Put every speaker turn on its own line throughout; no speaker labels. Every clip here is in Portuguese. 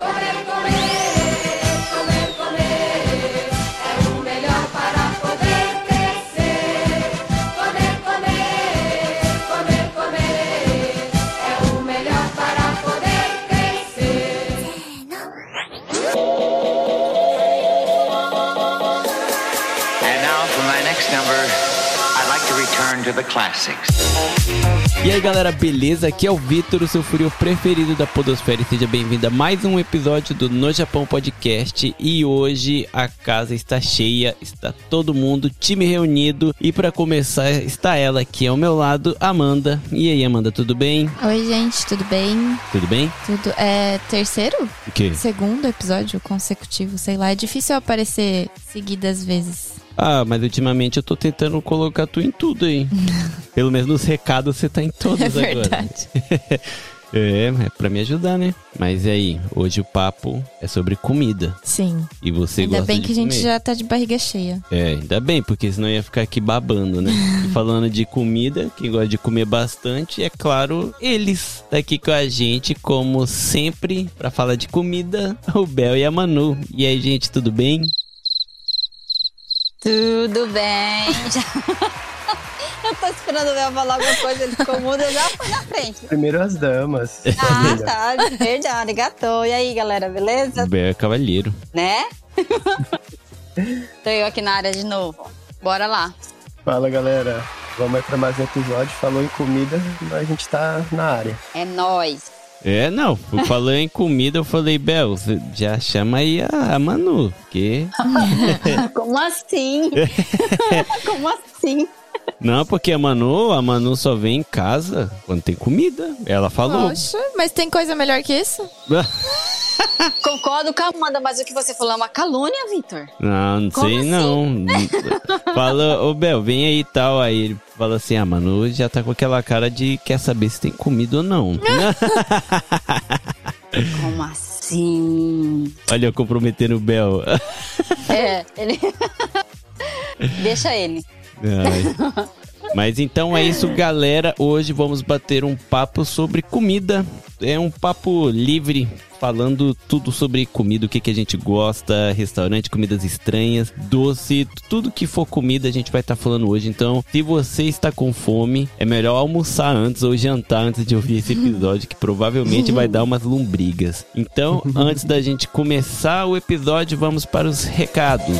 é é
next number, I'd like to return to the classics.
E aí galera, beleza? Aqui é o Vitor, o seu furio preferido da Podosfera, e seja bem-vindo a mais um episódio do No Japão Podcast. E hoje a casa está cheia, está todo mundo, time reunido. E para começar, está ela aqui ao meu lado, Amanda. E aí, Amanda, tudo bem?
Oi, gente, tudo bem?
Tudo bem?
Tudo é terceiro?
O quê?
Segundo episódio consecutivo, sei lá. É difícil eu aparecer seguidas vezes.
Ah, mas ultimamente eu tô tentando colocar tu em tudo, hein? Pelo menos nos recados você tá em todos
É
agora.
verdade.
É, é pra me ajudar, né? Mas e aí, hoje o papo é sobre comida.
Sim.
E você
Ainda
gosta
bem
de
que a gente
comer.
já tá de barriga cheia.
É, ainda bem, porque senão eu ia ficar aqui babando, né? E falando de comida, quem gosta de comer bastante, é claro, eles tá aqui com a gente, como sempre, pra falar de comida, o Bel e a Manu. E aí, gente, tudo bem?
Tudo bem. Já... Eu tô esperando o Léo falar alguma coisa, ele ficou mudo, eu já fui na frente.
Primeiro as damas.
É
Ah, tá, de verdade, gatou. E aí, galera, beleza?
O Bel é cavalheiro.
Né? tô eu aqui na área de novo. Bora lá.
Fala galera, vamos aí pra mais um episódio. Falou em comida, a gente tá na área.
É nóis.
É, não, eu falei em comida, eu falei, Bel, você já chama aí a, a Manu, porque...
Como assim? Como assim?
Não, porque a Manu, a Manu só vem em casa quando tem comida, ela falou.
Poxa, mas tem coisa melhor que isso?
Concordo com a Amanda, mas o que você falou é uma calúnia, Vitor.
Não, não
Como
sei
assim?
não. fala, ô Bel, vem aí e tal. Aí ele fala assim, ah, mano, hoje já tá com aquela cara de quer saber se tem comida ou não.
Como assim?
Olha, eu comprometendo o Bel.
É, ele. Deixa ele.
Ai. Mas então é isso, galera. Hoje vamos bater um papo sobre comida. É um papo livre, falando tudo sobre comida, o que, que a gente gosta, restaurante, comidas estranhas, doce, tudo que for comida a gente vai estar falando hoje. Então, se você está com fome, é melhor almoçar antes ou jantar antes de ouvir esse episódio, que provavelmente vai dar umas lombrigas. Então, antes da gente começar o episódio, vamos para os recados.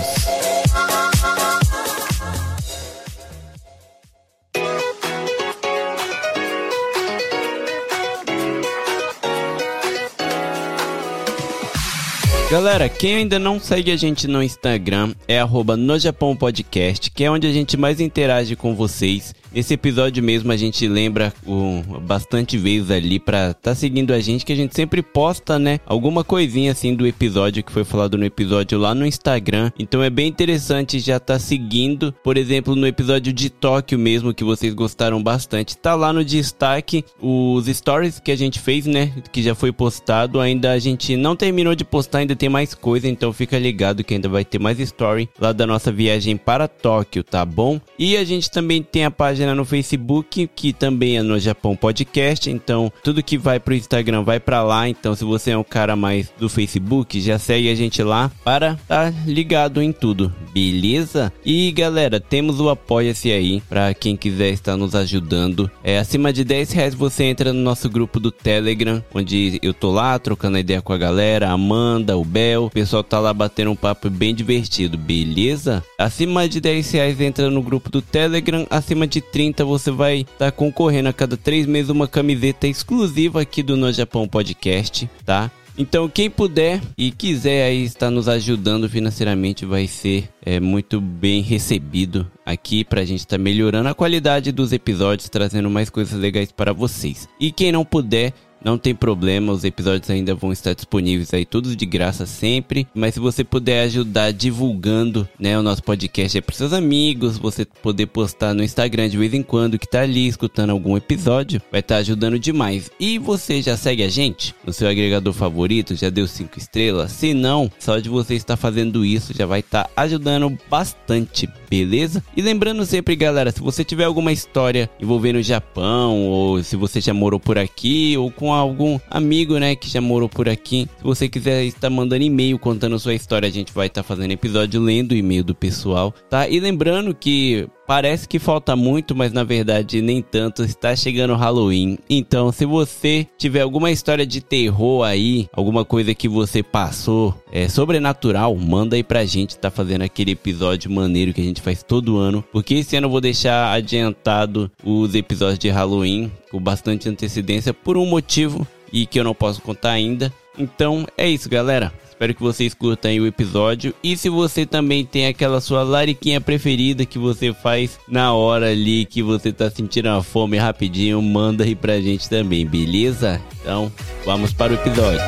Galera, quem ainda não segue a gente no Instagram é arroba nojapãopodcast, que é onde a gente mais interage com vocês. Nesse episódio mesmo a gente lembra o, bastante vezes ali pra tá seguindo a gente, que a gente sempre posta, né, alguma coisinha assim do episódio que foi falado no episódio lá no Instagram. Então é bem interessante já tá seguindo. Por exemplo, no episódio de Tóquio mesmo, que vocês gostaram bastante, tá lá no destaque os stories que a gente fez, né, que já foi postado. Ainda a gente não terminou de postar, ainda tem mais coisa, então fica ligado que ainda vai ter mais story lá da nossa viagem para Tóquio, tá bom? E a gente também tem a página no Facebook, que também é no Japão Podcast, então tudo que vai pro Instagram vai pra lá, então se você é um cara mais do Facebook, já segue a gente lá para tá ligado em tudo, beleza? E galera, temos o Apoia-se aí, pra quem quiser estar nos ajudando. É, acima de 10 reais você entra no nosso grupo do Telegram, onde eu tô lá trocando ideia com a galera, a Amanda, o Bel. O pessoal tá lá batendo um papo bem divertido, beleza? Acima de 10 reais entra no grupo do Telegram. Acima de 30 você vai estar concorrendo a cada 3 meses uma camiseta exclusiva aqui do No Japão Podcast, tá? Então, quem puder e quiser aí estar nos ajudando financeiramente, vai ser é, muito bem recebido aqui pra gente estar melhorando a qualidade dos episódios, trazendo mais coisas legais para vocês. E quem não puder, não tem problema, os episódios ainda vão estar disponíveis aí, todos de graça sempre. Mas se você puder ajudar divulgando, né, o nosso podcast é para seus amigos, você poder postar no Instagram de vez em quando que tá ali escutando algum episódio, vai estar ajudando demais. E você já segue a gente no seu agregador favorito? Já deu cinco estrelas? Se não, só de você estar fazendo isso já vai estar ajudando bastante, beleza? E lembrando sempre, galera, se você tiver alguma história envolvendo o Japão, ou se você já morou por aqui, ou com algum amigo, né, que já morou por aqui, se você quiser estar mandando e-mail contando sua história, a gente vai estar fazendo episódio lendo o e-mail do pessoal, tá? E tá? lembrando que Parece que falta muito, mas na verdade nem tanto. Está chegando o Halloween. Então, se você tiver alguma história de terror aí, alguma coisa que você passou é, sobrenatural, manda aí pra gente. Tá fazendo aquele episódio maneiro que a gente faz todo ano. Porque esse ano eu vou deixar adiantado os episódios de Halloween com bastante antecedência por um motivo e que eu não posso contar ainda. Então é isso, galera. Espero que vocês curtam aí o episódio. E se você também tem aquela sua lariquinha preferida que você faz na hora ali que você tá sentindo a fome rapidinho, manda aí pra gente também, beleza? Então vamos para o episódio.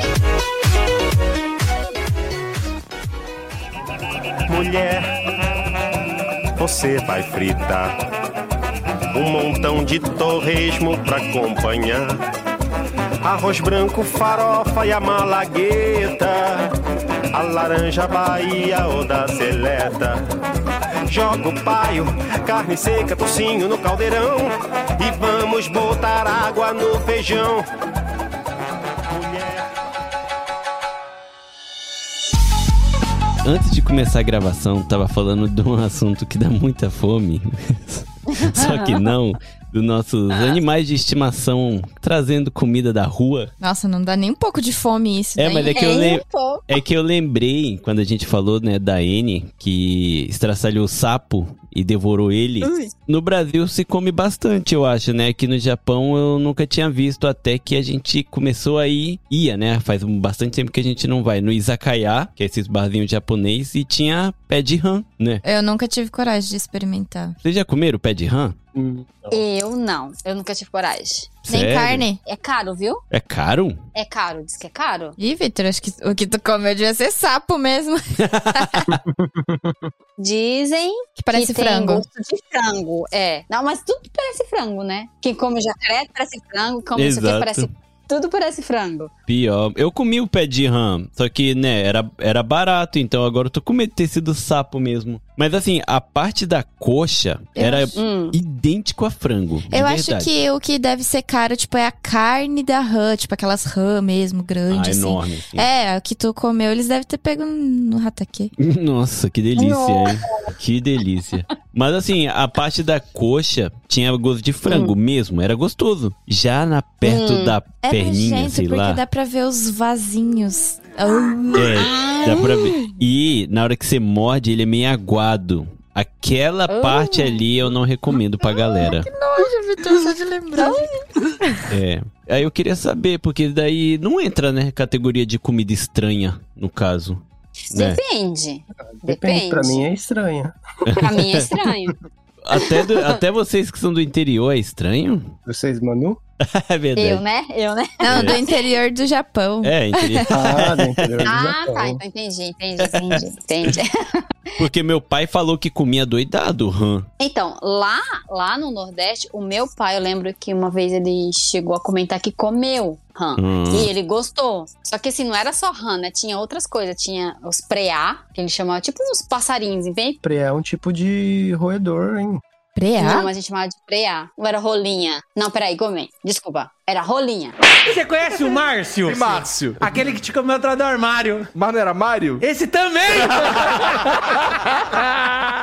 Mulher, você vai fritar um montão de torresmo pra acompanhar. Arroz branco, farofa e a malagueta. A laranja Bahia ou da seleta. Joga o paio, carne seca, tocinho no caldeirão. E vamos botar água no feijão. Mulher.
Antes de começar a gravação, tava falando de um assunto que dá muita fome. Só que não, dos nossos animais de estimação trazendo comida da rua.
Nossa, não dá nem um pouco de fome isso.
É,
daí.
mas é que eu
Nem um
lembro.
pouco.
É que eu lembrei, quando a gente falou, né, da N, que estraçalhou o sapo e devorou ele. No Brasil se come bastante, eu acho, né? Aqui no Japão eu nunca tinha visto até que a gente começou aí, ia, né? Faz um- bastante tempo que a gente não vai. No Izakaya, que é esses barzinhos japonês, e tinha pé de rã, né?
Eu nunca tive coragem de experimentar.
Vocês já comeram pé de rã?
Hum,
Eu não. Eu nunca tive coragem.
Sério?
Nem carne.
É caro, viu?
É caro?
É caro. Diz que é caro.
Ih, Vitor, acho que o que tu comeu devia ser sapo mesmo.
Dizem
Que parece
que tem
frango.
gosto de frango. É. Não, mas tudo parece frango, né? Quem come jacaré parece frango. Come isso
Exato.
aqui parece... Tudo parece frango.
Pior. Eu comi o pé de rã, só que, né, era, era barato, então agora eu tô com medo de ter sido sapo mesmo. Mas assim, a parte da coxa
Eu
era
Hum.
idêntico a frango. de
Eu
verdade.
acho que o que deve ser caro, tipo, é a carne da rã, tipo aquelas rã mesmo,
Ah,
grande, assim.
enorme. assim.
É, o que tu comeu, eles devem ter pego no rataque.
Nossa, que delícia, hein? Que delícia. Mas assim, a parte da coxa tinha gosto de frango mesmo, era gostoso. Já na perto
Hum.
da
Hum. É
perninha,
nojento,
sei
porque
lá.
dá pra ver os vasinhos. Ah,
É, dá pra ver. E na hora que você morde, ele é meio aguado. Aquela
Ah.
parte ali eu não recomendo pra galera.
Vitor, só de lembrar.
É. Aí eu queria saber, porque daí não entra, né? Categoria de comida estranha, no caso. né?
Depende.
depende, pra mim é estranha.
Pra mim é estranho.
Até, do- até vocês que são do interior é estranho?
Vocês, Manu?
É verdade.
Eu, né? Eu, né?
Não, do interior do Japão.
É, interior.
Ah, do interior
É
do
Ah,
Japão.
tá. Então entendi, entendi, entendi. entendi.
porque meu pai falou que comia doidado, hã?
Então, lá, lá no Nordeste, o meu pai, eu lembro que uma vez ele chegou a comentar que comeu rã.
Hum.
E ele gostou. Só que assim, não era só rã, né? Tinha outras coisas. Tinha os preá, que ele chamava tipo uns passarinhos, bem?
Pre é um tipo de roedor, hein?
Preá?
é.
Não, a gente chamava de preá. Ou era rolinha? Não, peraí, gomei. Desculpa. Era rolinha.
Você conhece o Márcio?
E Márcio?
Aquele que te comeu atrás do armário.
Mas não era Mário?
Esse também!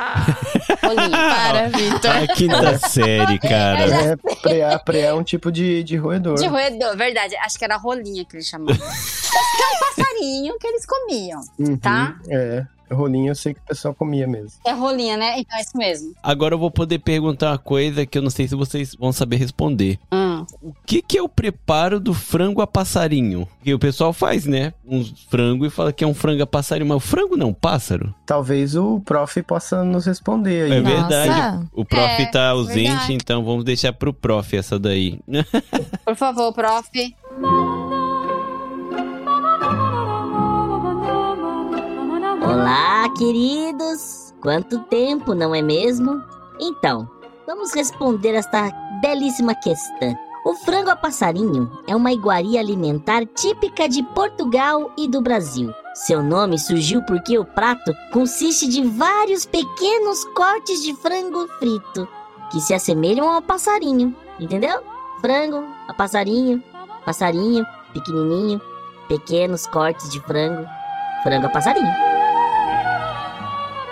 Para,
Rolinha.
Vitor.
A Ah, quinta série, cara.
É, preá, preá é um tipo de, de roedor.
De roedor, verdade. Acho que era rolinha que ele chamava. Mas que é um passarinho que eles comiam,
Uhum,
tá?
É. Rolinho eu sei que o pessoal comia mesmo.
É rolinha, né? Então é isso mesmo.
Agora eu vou poder perguntar uma coisa que eu não sei se vocês vão saber responder.
Hum.
O que, que é o preparo do frango a passarinho? Que o pessoal faz, né? Um frango e fala que é um frango a passarinho, mas o frango não é um pássaro?
Talvez o prof possa nos responder aí.
É
Nossa.
verdade. O prof
É,
tá ausente,
verdade.
então vamos deixar pro prof essa daí.
Por favor, prof.
Olá, queridos! Quanto tempo, não é mesmo? Então, vamos responder esta belíssima questão. O frango a passarinho é uma iguaria alimentar típica de Portugal e do Brasil. Seu nome surgiu porque o prato consiste de vários pequenos cortes de frango frito, que se assemelham ao passarinho, entendeu? Frango a passarinho, passarinho, pequenininho, pequenos cortes de frango, frango a passarinho.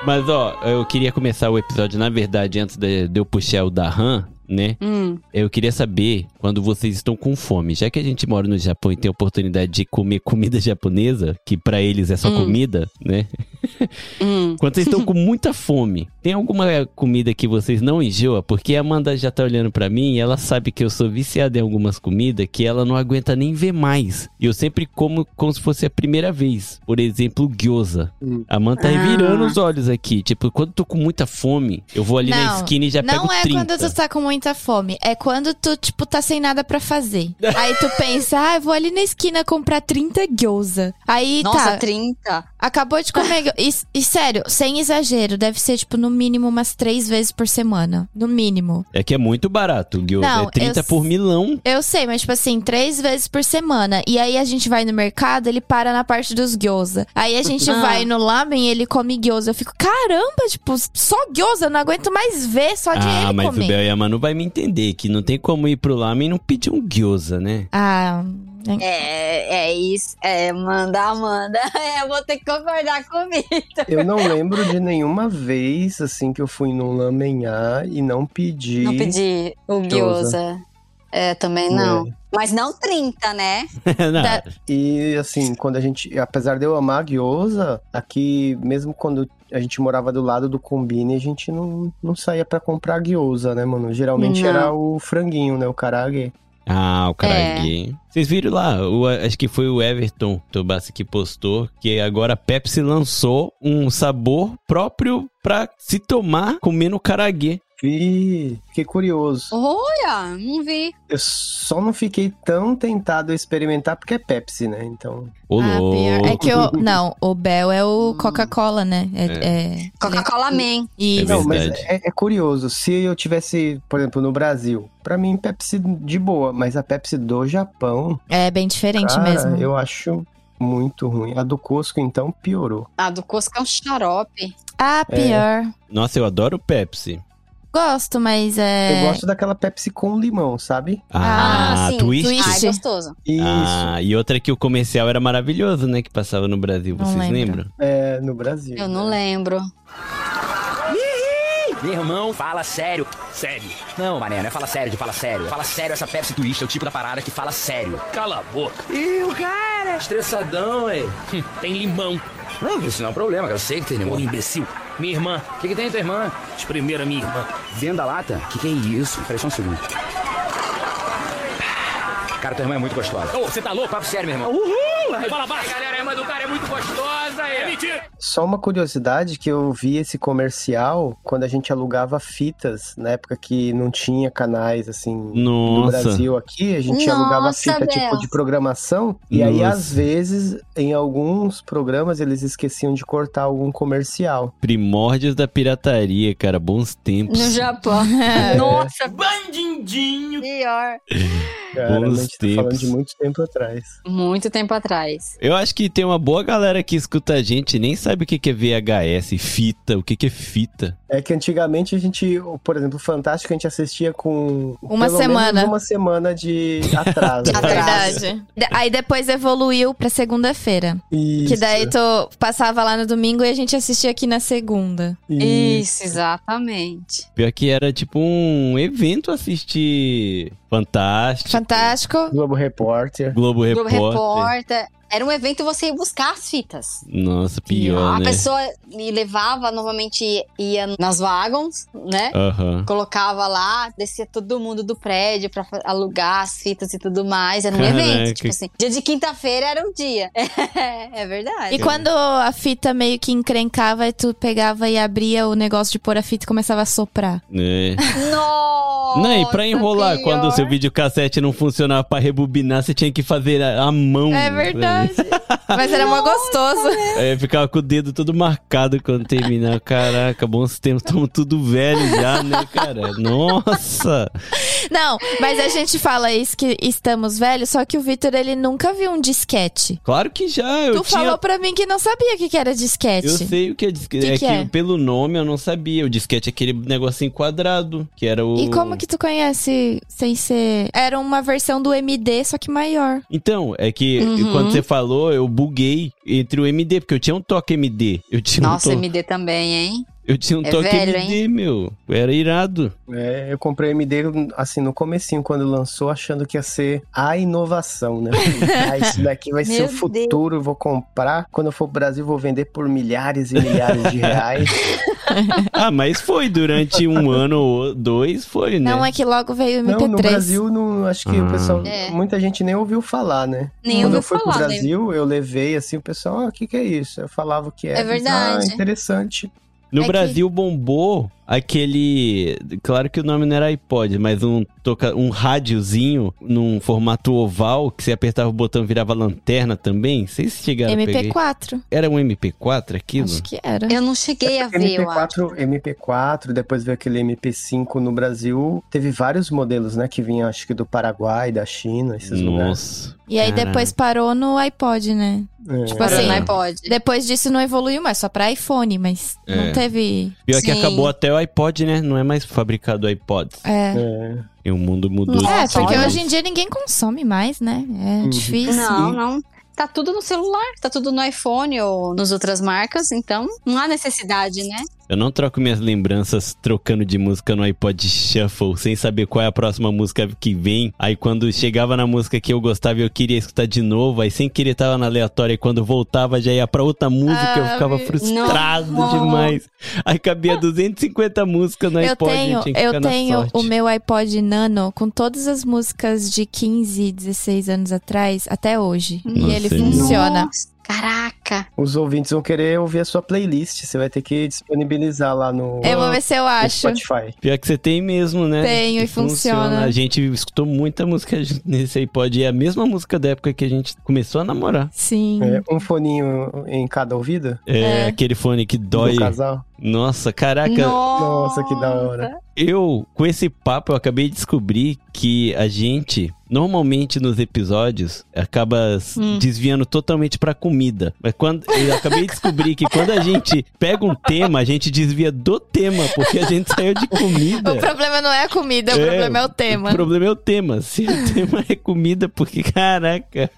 Mas ó, eu queria começar o episódio, na verdade, antes de, de eu puxar o da Han, né?
Hum.
Eu queria saber quando vocês estão com fome. Já que a gente mora no Japão e tem a oportunidade de comer comida japonesa, que pra eles é só
Hum.
comida, né?
Hum.
Quando vocês estão com muita fome, tem alguma comida que vocês não enjoam? Porque a Amanda já tá olhando pra mim e ela sabe que eu sou viciado em algumas comidas que ela não aguenta nem ver mais. E eu sempre como como se fosse a primeira vez. Por exemplo, gyoza. A Amanda tá
Ah.
revirando os olhos aqui. Tipo, quando eu tô com muita fome, eu vou ali na
Não,
esquina e já
Não
pego
é
30.
quando tu tá com muita fome, é quando tu, tipo, tá sem nada pra fazer. Aí tu pensa, ah, eu vou ali na esquina comprar 30 gyoza. Aí
Nossa,
tá,
30.
acabou de comer gyo- e, e sério, sem exagero, deve ser, tipo, no mínimo umas três vezes por semana. No mínimo.
É que é muito barato, Gil.
Não,
é 30
eu-
por milão.
Eu sei, mas tipo assim, três vezes por semana. E aí a gente vai no mercado, ele para na parte dos gyoza. Aí a gente
Ah.
vai no lamen, ele come gyoza. Eu fico, caramba, tipo, só gyoza, eu não aguento mais ver, só de
Ah,
ele
mas
comer.
o Bel e a Manu vai me entender que não tem como ir pro lamen e não pedir um gyoza, né?
Ah,
É, é isso. É, manda, Amanda. É, eu vou ter que concordar comigo.
Eu não lembro de nenhuma vez, assim, que eu fui num lamenhar e não pedi.
Não pedi o gyoza. É, também não. Mas não 30, né?
Não,
Tá.
E, assim, quando a gente... Apesar de eu amar gyoza, aqui, mesmo quando a gente morava do lado do combine, a gente não, não saía pra comprar gyoza, né, mano? Geralmente
Não.
era o franguinho, né? O karage.
Ah, o
É.
Karagi. Vocês viram lá, o- acho que foi o Everton Tobassi que postou que agora a Pepsi lançou um sabor próprio pra se tomar comendo Karagi.
Vi, fiquei curioso.
Olha, não vi.
Eu só não fiquei tão tentado a experimentar porque é Pepsi, né? Então,
Ô,
ah, pior.
louco.
É que eu. Não, o Bel é o Coca-Cola, né? É, é-
Coca-Cola Man.
Isso.
É
não, mas
verdade.
é, é curioso. Se eu tivesse, por exemplo, no Brasil, pra mim Pepsi de boa, mas a Pepsi do Japão,
É bem diferente
cara,
mesmo.
eu acho muito ruim. A do Costco então piorou.
Ah, do Cusco é um xarope.
Ah,
é.
pior.
Nossa, eu adoro Pepsi.
Gosto, mas é.
Eu gosto daquela Pepsi com limão, sabe?
Ah, twist.
twist.
Ai, gostoso.
Isso.
Ah, e outra que o comercial era maravilhoso, né? Que passava no Brasil,
Não
vocês
lembro.
lembram?
É, no Brasil.
Eu não lembro.
Meu irmão, fala sério. Sério. Não, mané, não é fala sério, de fala sério. Fala sério, essa Pepsi Twist é o tipo da parada que fala sério. Cala a boca. Ih, o cara. Estressadão, hein? tem limão. Não, isso não é um problema, cara. Eu sei que tem limão. Ô, imbecil. Minha irmã. O que, que tem, tua irmã? Espremer a minha irmã. Venda lata? O que, que é isso? Peraí, só um segundo. Cara, tua irmã é muito gostosa. Ô, você tá louco? Papo sério, meu irmão. Uhul! Fala baixo. Galera, a irmã do cara é muito gostosa, é. mentira.
Só uma curiosidade que eu vi esse comercial quando a gente alugava fitas, na época que não tinha canais assim no
Nossa.
Brasil aqui, a gente
Nossa,
alugava fita
Bel.
tipo de programação e aí
Nossa.
às vezes em alguns programas eles esqueciam de cortar algum comercial.
Primórdios da pirataria, cara. Bons tempos.
No Japão. Nossa,
Bandindinho.
pior.
Cara, a
Bons
gente tá falando
tempos.
de muito tempo atrás.
Muito tempo atrás.
Eu acho que tem uma boa galera que escuta a gente e nem sabe o que que é VHS, fita, o que que é fita.
É que antigamente a gente, por exemplo, o Fantástico a gente assistia com
Uma
pelo menos
semana.
uma semana de atraso.
É
Atraso.
verdade. De- Aí depois evoluiu pra segunda-feira.
Isso,
Que daí tu passava lá no domingo e a gente assistia aqui na segunda.
isso.
Isso, exatamente.
Pior que era tipo um evento assistir Fantástico,
Fantástico.
Globo Repórter.
Globo,
Globo
Repórter.
Repórter. Era um evento você ia buscar as fitas.
Nossa, pior,
a
né?
pessoa me levava, normalmente ia nas wagons, né?
Aham.
Colocava lá, descia todo mundo do prédio pra fa- alugar as fitas e tudo mais. Era um
Caraca.
evento, tipo assim. Dia de quinta-feira era um dia. É, verdade.
Tipo,
E quando a fita meio que encrencava, tu pegava e abria o negócio de pôr a fita e começava a soprar.
É.
Nossa,
não, e pra enrolar,
pior.
quando o seu videocassete não funcionava pra rebobinar, você tinha que fazer a a mão.
É verdade. Mas era mó gostoso.
É, ficava com o dedo todo marcado quando terminava. Caraca, bons tempos, estamos tudo velho já, né, cara? Nossa!
Não, mas a gente fala isso que estamos velhos, só que o Vitor, ele nunca viu um disquete.
Claro que já, eu
tu
tinha...
falou pra mim que não sabia o que, que era disquete.
Eu sei o que é disquete.
Que
é
que
que
é?
pelo nome eu não sabia. O disquete é aquele negocinho quadrado, que era o...
E como que tu conhece sem ser. Era uma versão do MD, só que maior.
Então, é que
Uhum.
quando você falou, eu buguei entre o MD, porque eu tinha um toque MD. Eu tinha
Nossa,
um to...
MD também, hein?
Eu tinha um
é
toque
velho,
MD, meu. Era irado.
É, eu comprei o MD assim no comecinho quando lançou, achando que ia ser a inovação, né? Ah, isso daqui vai ser
Meu
o futuro, eu vou comprar. Quando eu for pro Brasil, vou vender por milhares e milhares de reais.
ah, mas foi durante um ano ou dois, foi, né?
Não é que logo veio o MP3.
Não, no Brasil, não, acho que
Ah.
o pessoal,
É.
muita gente nem ouviu falar, né?
Nem
Quando
ouviu
eu fui
falar,
pro
né?
Brasil, eu levei assim, o pessoal, ah, o que que é isso? Eu falava que era.
É verdade.
Ah, interessante.
No
É que-
Brasil bombou aquele. Claro que o nome não era iPod, mas um, toca... um rádiozinho num formato oval que você apertava o botão e virava lanterna também. Vocês chegaram a pegar.
MP4,
Era um MP4 aquilo?
acho que era.
Eu não cheguei a ver, eu acho.
MP4, MP4, depois veio aquele MP5 no Brasil. Teve vários modelos, né? Que vinham, acho que do Paraguai, da China, esses lugares.
Nossa.
E aí
Caraca.
depois parou no iPod, né?
É.
Tipo
Parou
assim,
no iPod.
depois disso não evoluiu mais, só pra iPhone, mas
É.
não teve.
Pior que
Sim.
acabou até o iPod, né? Não é mais fabricado iPod.
É.
É.
E o mundo mudou.
É,
Nossa,
porque
olha.
hoje em dia ninguém consome mais, né? É
Uhum.
difícil.
Não, não. Tá tudo no celular, tá tudo no iPhone ou nas outras marcas, então não há necessidade, né?
Eu não troco minhas lembranças trocando de música no iPod Shuffle, sem saber qual é a próxima música que vem. Aí quando chegava na música que eu gostava e eu queria escutar de novo, aí sem querer tava na aleatória e quando voltava já ia pra outra música, eu
Ah,
ficava
vi-
frustrado
Não.
demais. Aí cabia 250 músicas no
Eu
iPod,
tenho,
eu tinha que
eu
ficar na
tenho
sorte.
o meu iPod Nano com todas as músicas de 15, 16 anos atrás até hoje.
Nossa,
e ele
hein?
funciona.
Nossa, caraca.
Os ouvintes vão querer ouvir a sua playlist. Você vai ter que disponibilizar lá no,
É, Eu vou ver se eu
no
acho.
Spotify.
Pior que você tem mesmo, né?
Tenho e funciona.
A gente escutou muita música nesse iPod. E é a mesma música da época que a gente começou a namorar.
Sim.
É, um foninho em cada ouvido
É, aquele fone que dói.
do casal.
Nossa, caraca.
Nossa, que da hora.
Eu, com esse papo, eu acabei de descobrir que a gente, normalmente nos episódios, acaba s-
Hum.
desviando totalmente pra comida. Mas quando eu acabei de descobrir que quando a gente pega um tema, a gente desvia do tema, porque a gente saiu de comida.
O problema não é a comida, o
É,
problema é o tema.
O problema é o tema. Se o tema é comida, porque, caraca,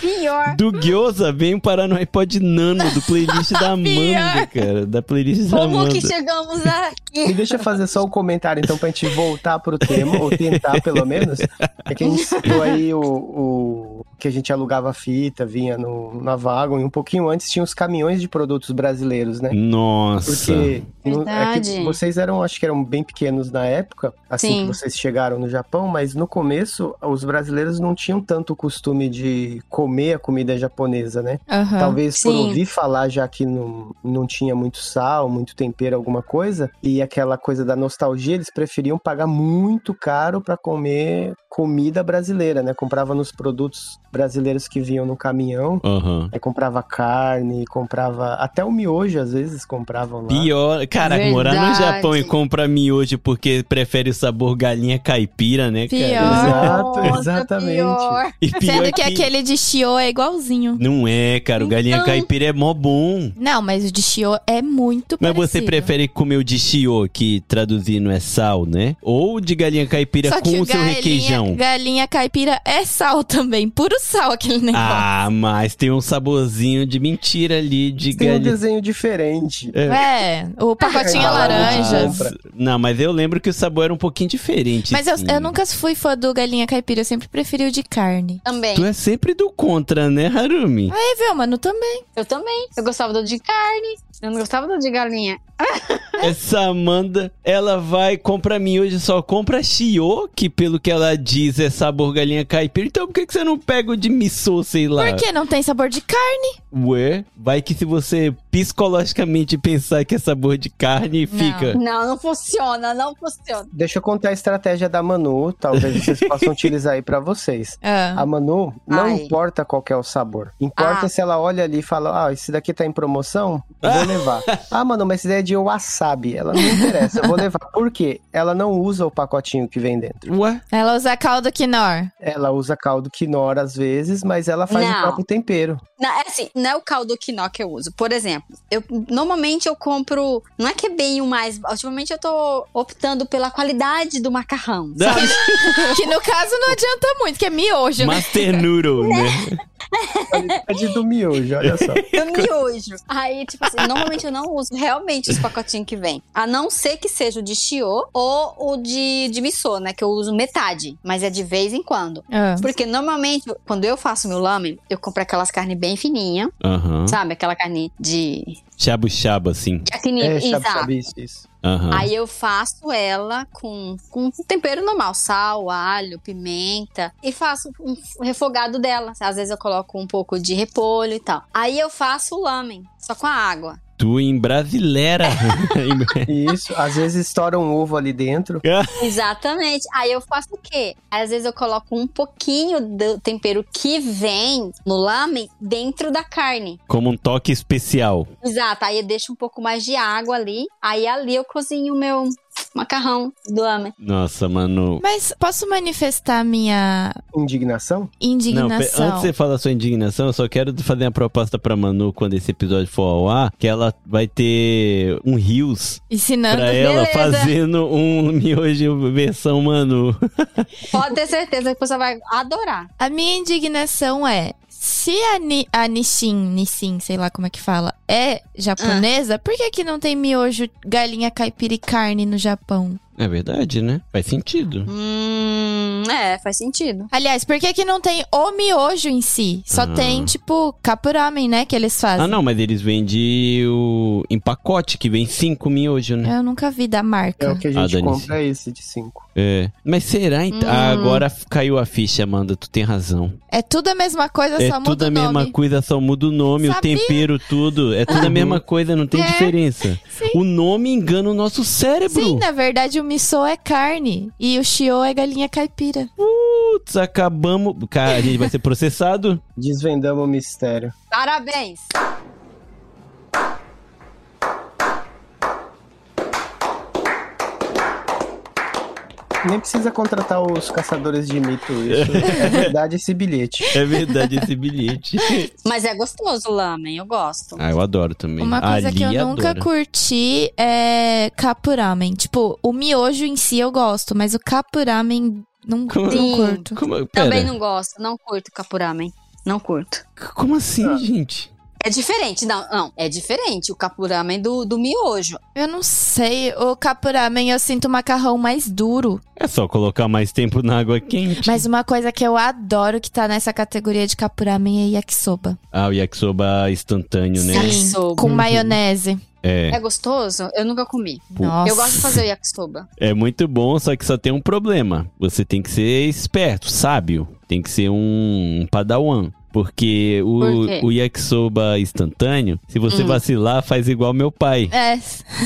Pior.
do Gyoza vem parar no iPod Nano, do playlist da Amanda, cara. Da playlist da
Como que
Amanda.
chegamos aqui?
Me deixa fazer só um comentário, então, pra gente voltar pro tema, ou tentar pelo menos. É que a gente citou aí o, o- que a gente alugava fita, vinha no, na Vagon, e um pouquinho antes tinha os caminhões de produtos brasileiros, né?
Nossa.
Porque no- é que
Verdade.
vocês eram, acho que eram bem pequenos na época, assim
Sim.
que vocês chegaram no Japão, mas no começo os brasileiros não tinham tanto o costume de comer a comida japonesa, né?
Aham.
Talvez por
Ah, Sim.
ouvir falar já que não, não tinha muito sal, muito tempero, alguma coisa, e aquela coisa da nostalgia, eles preferiam pagar muito caro pra comer comida brasileira, né? Comprava nos produtos brasileiros que vinham no caminhão.
Aham.
Aí comprava carne, comprava até o miojo, às vezes compravam lá.
Pior, cara, morar no
Verdade.
Japão e comprar miojo porque prefere o sabor galinha caipira, né, cara?
Pior.
Exato,
Nossa,
exatamente.
Pior.
E pior
Sendo que aquele de Shio é igualzinho.
Não é, cara, o galinha
Então.
caipira é mó bom.
Não, mas o de Shio é muito
Mas
parecido.
você prefere comer o de shio, que traduzindo é sal, né? Ou de galinha caipira
Só que
com
o
o seu
galinha,
requeijão?
galinha caipira é sal também, puro sal aquele negócio.
Ah, mas tem um saborzinho de mentira ali de
Tem um
galinha.
desenho diferente.
É, o pacotinho é
Ah,
laranja.
compra.
Não, mas eu lembro que o sabor era um pouquinho diferente.
Mas eu,
sim.
eu nunca fui fã do galinha caipira, eu sempre preferi o de carne.
Também.
Tu é sempre do contra, né, Harumi?
É, viu, mano, também.
Eu também. Eu gostava do de carne. Eu não gostava do de galinha.
Essa Amanda, ela vai comprar miojo, só compra Shio, que pelo que ela diz é sabor galinha caipira. Então por que, que você não pega o de missô, sei lá?
Por que não tem sabor de carne?
Ué, vai que se você psicologicamente pensar que é sabor de carne e
Não.
fica.
Não, não funciona, não funciona.
Deixa eu contar a estratégia da Manu, talvez vocês possam utilizar aí pra vocês.
Ah,
A Manu não
Ai.
importa qual que é o sabor. Importa
Ah.
se ela olha ali e fala: Ah, esse daqui tá em promoção, eu vou levar. ah, Manu, mas esse daí é de wasabi. Ela não interessa, eu vou levar. Por quê? Ela não usa o pacotinho que vem dentro.
Ué?
ela usa caldo quinor.
Ela usa caldo quinora às vezes, mas ela faz
Não.
o próprio tempero.
Não, é assim, não é o caldo quinó que eu uso. Por exemplo, eu normalmente eu compro. Não é que é bem o mais. Ultimamente eu tô optando pela qualidade do macarrão.
Né?
sabe?
Que no caso não adianta muito, que é miojo, né?
Master Noodle, né?
É de do miojo, olha só.
do miojo. Aí, tipo assim, normalmente eu não uso realmente os pacotinhos que vem. A não ser que seja o de chiô ou o de, de missô, né? Que eu uso metade. Mas é de vez em quando.
Ah.
Porque normalmente, quando eu faço meu lame, eu compro aquelas carnes bem fininhas,
Aham.
sabe? Aquela carne de.
Chabo chabo, assim.
de acne,
É, sabe,
exato.
sabe isso, isso.
Aham.
Aí eu faço ela com, com um tempero normal, sal, alho, pimenta, e faço um refogado dela. Às vezes eu coloco um pouco de repolho e tal. Aí eu faço o lamen, só com a água.
Tu em brasileira.
Isso, às vezes estoura um ovo ali dentro.
Exatamente. Aí eu faço o quê? Às vezes eu coloco um pouquinho do tempero que vem no lamen dentro da carne.
Como um toque especial.
Exato. Aí eu deixo um pouco mais de água ali. Aí ali eu cozinho o meu macarrão do lamen.
Nossa, mano.
Mas posso manifestar minha
Indignação?
Não, pe-
indignação?
antes de você falar sua indignação, eu só quero fazer uma proposta pra Manu quando esse episódio for ao ar, que ela vai ter um rios
Ensinando.
pra ela
beleza.
fazendo um miojo versão Manu.
Pode ter certeza que você vai adorar.
A minha indignação é. Se a, Ni, a Nishin, Nissin, sei lá como é que fala, é japonesa, por que que não tem miojo, galinha, caipira e carne no Japão?
É verdade, né? Faz sentido.
Hum, é, faz sentido.
Aliás, por que que não tem o miojo em si? Só
Ah.
tem, tipo, capuramen, né, que eles fazem.
Ah, não, mas eles vendem o... em pacote, que vem cinco miojos, né?
Eu nunca vi da
É
marca.
o que a
Ah,
gente
dane-se.
compra, é esse de cinco.
É. Mas será
Hum.
então? Ah, agora caiu a ficha, Amanda, tu tem razão.
É tudo a mesma coisa,
É
só muda
tudo a
o nome.
mesma coisa, só muda o nome, o
Sabia?
tempero, tudo. É tudo a mesma coisa, não tem
É.
diferença.
Sim.
O nome engana o nosso cérebro.
Sim, na verdade, o miso é carne e o shio é galinha caipira.
Putz, acabamos. Cara, a gente vai ser processado.
Desvendamos o mistério.
Parabéns!
Nem precisa contratar os caçadores de mito. Isso é verdade esse bilhete.
É verdade esse bilhete.
Mas é gostoso o lamen, eu gosto.
ah, eu adoro também.
Uma coisa
a
que eu
Lia
nunca
adora.
curti é capuramen. Tipo, o miojo em si eu gosto, mas o capuramen não,
Como-
não
Sim.
curto.
Como, pera,
Também não gosto, não curto capuramen. Não curto.
como assim, gente?
É diferente, não, não, é diferente o capuramen do, do miojo.
Eu não sei, o capuramen eu sinto o macarrão mais duro.
É só colocar mais tempo na água quente.
Mas uma coisa que eu adoro que tá nessa categoria de capuramen é yakisoba.
Ah, o yakisoba instantâneo, né?
Sim.
Sim,
Yakisoba.
com maionese.
É.
É gostoso? Eu nunca comi.
Nossa.
Eu gosto de fazer o yakisoba.
É muito bom, só que só tem um problema. Você tem que ser esperto, sábio. Tem que ser um, um padawan. Porque o,
Por quê?
o yakisoba instantâneo, se você
Hum.
vacilar, faz igual meu pai.
É,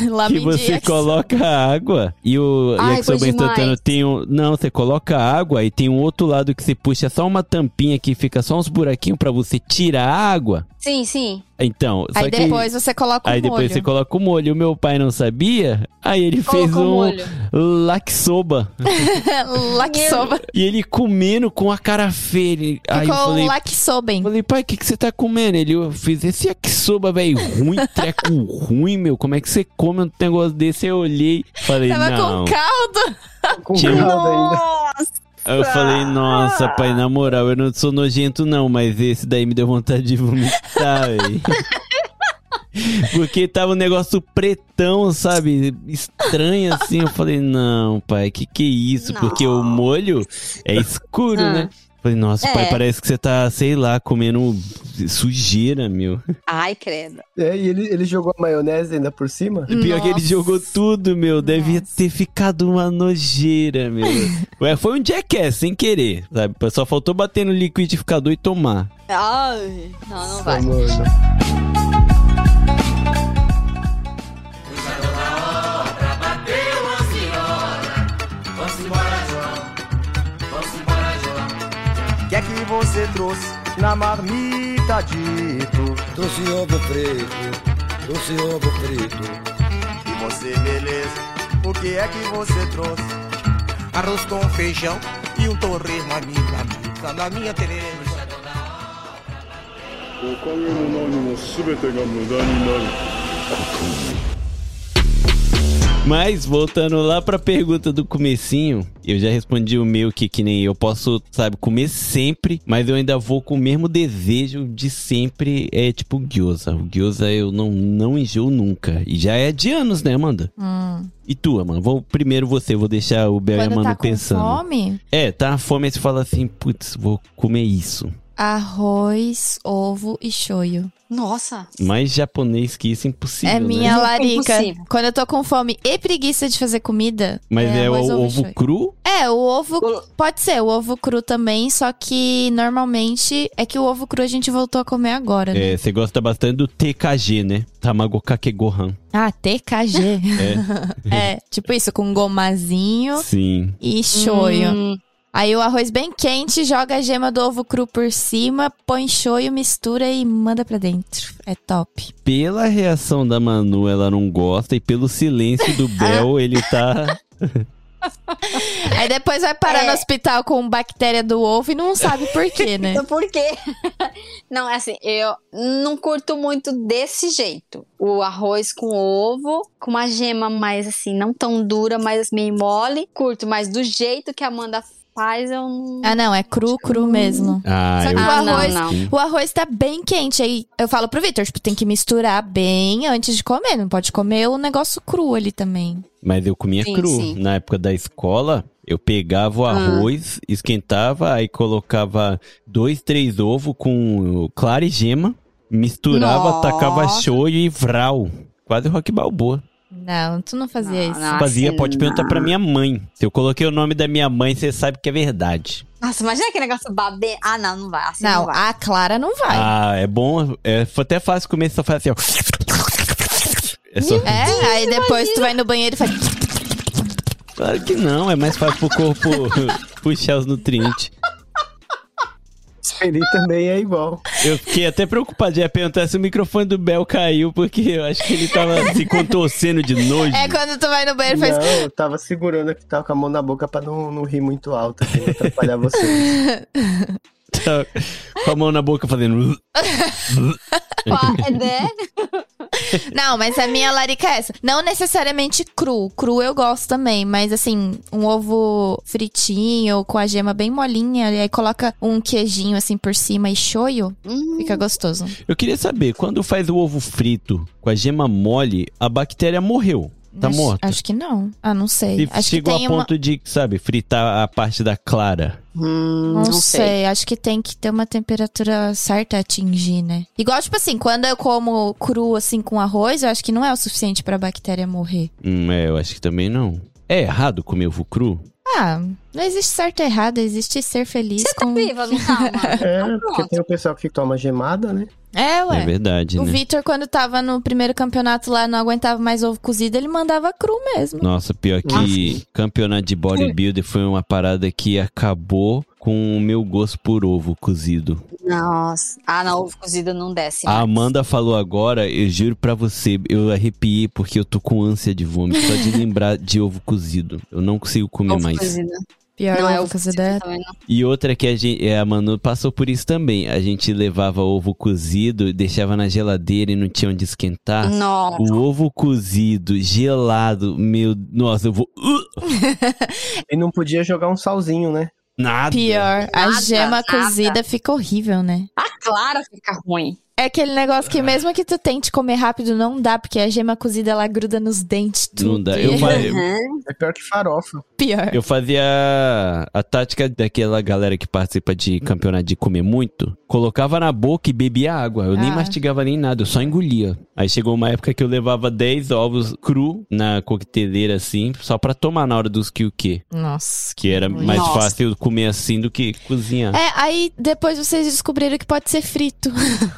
lá
Que você coloca a água e é o
Ai,
yakisoba
foi demais.
instantâneo tem um. Não, você coloca a água e tem um outro lado que você puxa só uma tampinha que fica só uns buraquinhos pra você tirar a água.
Sim, sim.
Então, só
Aí
que.
depois você coloca o
Aí
molho.
depois você coloca o molho. O meu pai não sabia, aí ele fez
Colocou
um
molho.
laxoba.
Lakisoba.
E ele comendo com a cara feia. Ele... Aí eu
Ficou
falei,
um lakisoben.
falei, pai, o que, que você tá comendo? Ele, eu fiz esse yakisoba, velho, ruim, treco ruim, meu. Como é que você come um negócio desse? Eu olhei, falei,
Tava
não.
com caldo.
Com
Tinha-
caldo ainda.
eu falei,
Ah."
nossa, pai, na moral, eu não sou nojento não, mas esse daí me deu vontade de vomitar, velho. Porque tava um negócio pretão, sabe? Estranho assim. Eu falei, não, pai, que que é isso? Porque o molho é escuro,
Ah.
né? Falei, nossa, pai,
É.
parece que você tá, sei lá, comendo sujeira, meu.
Ai, credo.
É, e ele, ele jogou a maionese ainda por cima?
E Pior que ele
Nossa.
jogou tudo, meu. Devia
Nossa.
ter ficado uma nojeira, meu. Ué, foi um jackass, sem querer, sabe? Só faltou bater no liquidificador e tomar.
Ai, não, não vai.
Mano.
trouxe na marmita dito.
Trouxe ovo frito, trouxe ovo frito.
E você, beleza, o que é que você trouxe?
Arroz com feijão e um torresmo, amiga, amiga, na minha tereza.
おかげも何も全てが無駄になる
Mas voltando lá pra pergunta do comecinho, eu já respondi o meu que que nem eu posso, sabe, comer sempre, mas eu ainda vou com o mesmo desejo de sempre, é tipo gyoza. O gyoza eu não, não enjoo nunca. E já é de anos, né, Amanda?
Hum.
E tua, mano? Vou primeiro você, vou deixar o Bel e a
Quando
Amanda
tá com
pensando.
fome,
É, tá a fome, aí você fala assim, putz, vou comer isso.
arroz, ovo e shoyu.
Nossa.
Mais japonês que isso, impossível,
é
né?
minha
Não, é
larica.
impossível.
Quando eu tô com fome e preguiça de fazer comida.
Mas é, o
arroz,
ovo,
e shoyu.
cru?
É, o ovo. Pode ser, o ovo cru também, só que normalmente é que o ovo cru a gente voltou a comer agora, né?
É, você gosta bastante do TKG, né? Tamagokake Gohan.
Ah, TKG.
É,
é, tipo isso, com gomazinho
sim.
e shoyu.
Hum,
Aí o arroz bem quente, joga a gema do ovo cru por cima, põe shoyu, mistura e manda pra dentro. É top.
Pela reação da Manu, ela não gosta. E pelo silêncio do Bel, ele tá...
Aí depois vai parar
É.
no hospital com bactéria do ovo e não sabe por quê, né?
então por quê? não, é assim, eu não curto muito desse jeito. O arroz com ovo, com uma gema mais assim, não tão dura, mas assim, meio mole. Curto, mas do jeito que a Amanda faz, eu não.
Ah, não, é cru, cru mesmo.
Ah,
Só que
eu...
o arroz-
não, não.
Sim.
O arroz tá bem quente. Aí eu falo pro Vitor, tipo, tem que misturar bem antes de comer. Não pode comer o negócio cru ali também.
Mas eu comia
Sim,
cru.
sim. Ah.
Na época da escola, eu pegava o arroz, esquentava, aí colocava dois, três ovos com clara e gema, misturava,
Nossa.
tacava shoyu e vral. Quase rock balboa.
Não, tu não fazia
Não,
isso.
não. Nossa,
Fazia, pode
não.
perguntar pra minha mãe. Se eu coloquei o nome da minha mãe, você sabe que é verdade.
Nossa, imagina aquele negócio babê. Ah, não, não vai. Assim não,
Não,
vai.
a Clara não vai.
Ah, é bom. É até fácil comer, só faz assim, ó. É só...
é, aí depois tu vai no banheiro e faz.
Claro que não, é mais fácil pro corpo puxar os nutrientes.
Ele também é igual.
Eu fiquei até preocupado de perguntar se o microfone do Bel caiu, porque eu acho que ele tava se contorcendo de nojo.
É quando tu vai no banheiro e faz.
Não, eu tava segurando aqui, tava com a mão na boca pra não, não rir muito alto, assim, pra não atrapalhar você.
Tá com a mão na boca fazendo.
Qua- né?
Não, mas a minha larica é essa. Não necessariamente cru. Cru eu gosto também, mas assim, um ovo fritinho com a gema bem molinha. E aí coloca um queijinho assim por cima e shoyu.
Hum,
Fica gostoso.
Eu queria saber, quando faz o ovo frito com a gema mole, a bactéria morreu. Tá
Acho-
morta.
Acho que não. Ah, não sei.
E
acho que
chegou
tem
a
uma.
ponto de, sabe, fritar a parte da clara.
hum,
Não, sei. acho que tem que ter uma temperatura certa a atingir, né? Igual, tipo assim, quando eu como cru, assim, com arroz, eu acho que não é o suficiente pra bactéria morrer.
Hum, é, eu acho que também não. É errado comer ovo cru?
Ah, não existe certo e errado, existe ser feliz
Você tá
com...
viva, não tá, mano?
É,
Tá
porque
pronto.
tem o pessoal que toma gemada, né?
É,
É
ué.
verdade,
o
né?
Vitor, quando tava no primeiro campeonato lá, não aguentava mais ovo cozido, ele mandava cru mesmo.
Nossa, pior que campeonato de bodybuilder foi uma parada que acabou com o meu gosto por ovo cozido.
Nossa. Ah, não, ovo cozido não desce.
A
mais.
Amanda falou agora, eu juro pra você, eu arrepiei porque eu tô com ânsia de vômito só de lembrar de ovo cozido. Eu não consigo comer
Ovo
mais.
cozido.
Pior
Não, é
ovo
ovo cozido
cozido é...
também, não.
E outra que a gente, é, a Manu passou por isso também. A gente levava ovo cozido, deixava na geladeira e não tinha onde esquentar.
Nossa.
O ovo cozido, gelado, meu. Nossa, eu vou. Uh,
E não podia jogar um salzinho, né?
nada.
Pior, a
Nada,
gema
nada.
cozida fica horrível, né?
A clara fica ruim.
É aquele negócio
Ah.
que mesmo que tu tente comer rápido, não dá, porque a gema cozida, ela gruda nos dentes, tudo.
Não dá. Eu, fa-
Uhum.
É pior que farofa.
Pior.
eu fazia a tática daquela galera que participa de campeonato de comer muito. Colocava na boca e bebia água. Eu nem
Ah.
mastigava nem nada, eu só engolia. Aí chegou uma época que eu levava 10 ovos cru na coqueteleira assim, só pra tomar na hora dos que
Nossa.
Que era mais
Nossa.
fácil comer assim do que cozinhar.
É, aí depois vocês descobriram que pode ser frito.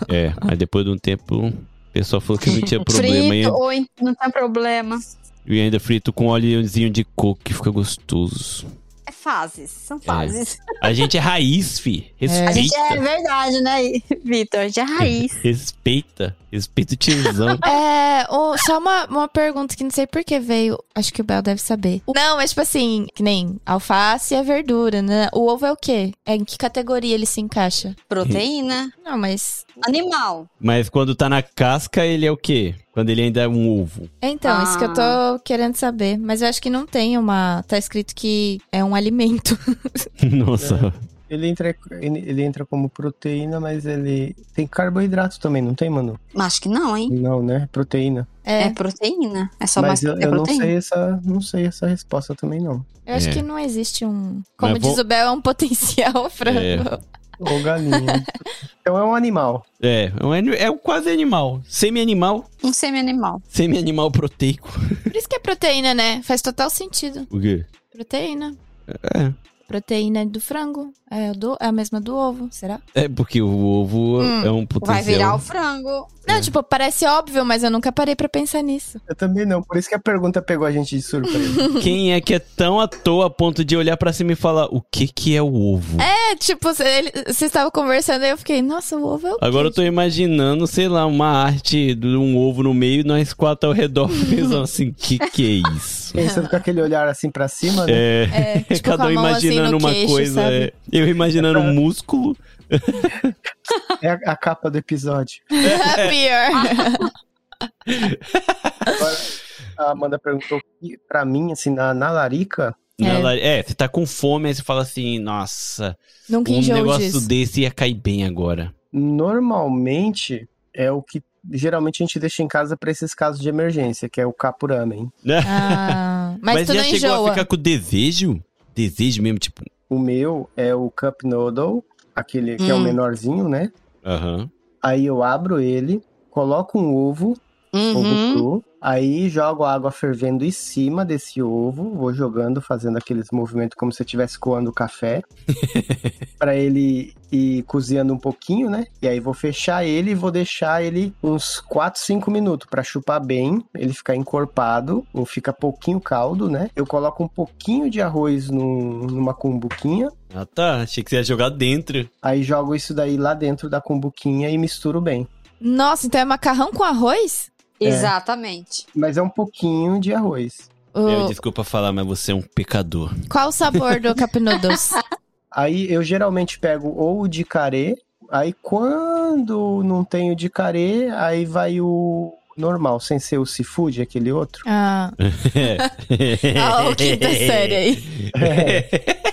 É, mas depois de um tempo, o pessoal falou que não tinha problema. é
Frito
E
ou em- não tem problema.
e ainda frito com óleozinho de coco, que fica gostoso.
É fases, são fases.
A gente é raiz, fi. Respeita.
A gente é verdade, né, Vitor? A gente é raiz.
Respeita. Respeita o tiozão.
É, o- só uma, uma pergunta que não sei por que veio. Acho que o Bel deve saber. Não, mas tipo assim, que nem alface é verdura, né? O ovo é o quê? É, em que categoria ele se encaixa?
Proteína?
Não, mas.
Animal.
Mas quando tá na casca, ele é o quê? Quando ele ainda é um ovo.
É, Então, isso que eu tô querendo saber. Mas eu acho que não tem uma. Tá escrito que é um alimento.
Nossa.
Ele entra, ele ele entra como proteína, mas ele tem carboidrato também, não tem, mano?
Acho que não, hein?
Não, né? Proteína.
É, proteína. É só mais
mas eu,
é
eu não
proteína.
sei essa, não sei essa resposta também não.
Eu acho
É.
que não existe um. Como
Mas
diz
vou-
o Bel, é um potencial frango.
Ou galinha. então é um animal.
É, é um ani- é um quase animal. Semi-animal.
Um semi-animal.
Semi-animal proteico.
Por isso que é proteína, né? Faz total sentido.
O quê?
Proteína.
É.
Proteína do frango. É, do, é a mesma do ovo, será?
É porque o ovo
Hum,
é um potencial.
frango. Não,
É.
tipo, parece óbvio, mas eu nunca parei pra pensar nisso.
Eu também não, por isso que a pergunta pegou a gente de surpresa.
Quem é que é tão à toa a ponto de olhar pra cima e falar o que que é o ovo?
É, tipo, cê- ele- vocês estavam conversando e eu fiquei, nossa, o ovo é o quê?
Agora eu tô imaginando, sei lá, uma arte de um ovo no meio e nós quatro ao redor pensando assim, que que é isso?
Pensando com aquele olhar assim pra cima, né?
É,
tipo,
cada
com a
um
mão assim
imaginando
no
uma
queixo,
coisa.
sabe?
é. Eu imaginando um músculo.
É a, a capa do episódio.
é.
Pior.
A Amanda perguntou e pra mim, assim, na, na larica.
Na la- É, você tá com fome, aí você fala assim, nossa,
Nunca
um
enjoo
negócio
disso.
desse ia cair bem agora.
Normalmente é o que geralmente a gente deixa em casa pra esses casos de emergência, que é o capuramen.
Ah, mas, tu
já
não
chegou a
enjoa.
ficar com desejo? Desejo mesmo, tipo,
O meu é o cup noodle, aquele que é o
Hum.
menorzinho, né?
aham.
Aí eu abro ele, coloco um ovo,
Uhum.
ovo cru, aí jogo água fervendo em cima desse ovo, vou jogando, fazendo aqueles movimentos como se eu estivesse coando café, Pra ele ir cozinhando um pouquinho, né? E aí vou fechar ele e vou deixar ele uns 4, 5 minutos pra chupar bem, ele ficar encorpado, ou fica pouquinho caldo, né? Eu coloco um pouquinho de arroz num- numa cumbuquinha,
Ah tá, achei que você ia jogar dentro.
aí jogo isso daí lá dentro da cumbuquinha e misturo bem.
Nossa, então é macarrão com arroz?
É.
Exatamente.
Mas é um pouquinho de arroz.
Eu, desculpa falar, mas você é um pecador.
Qual o sabor do cup noodles?
Aí eu geralmente pego ou o de carê, aí quando não tem o de carê, aí vai o normal, sem ser o seafood, aquele outro.
Ah. Ah, o quinta série aí.
É.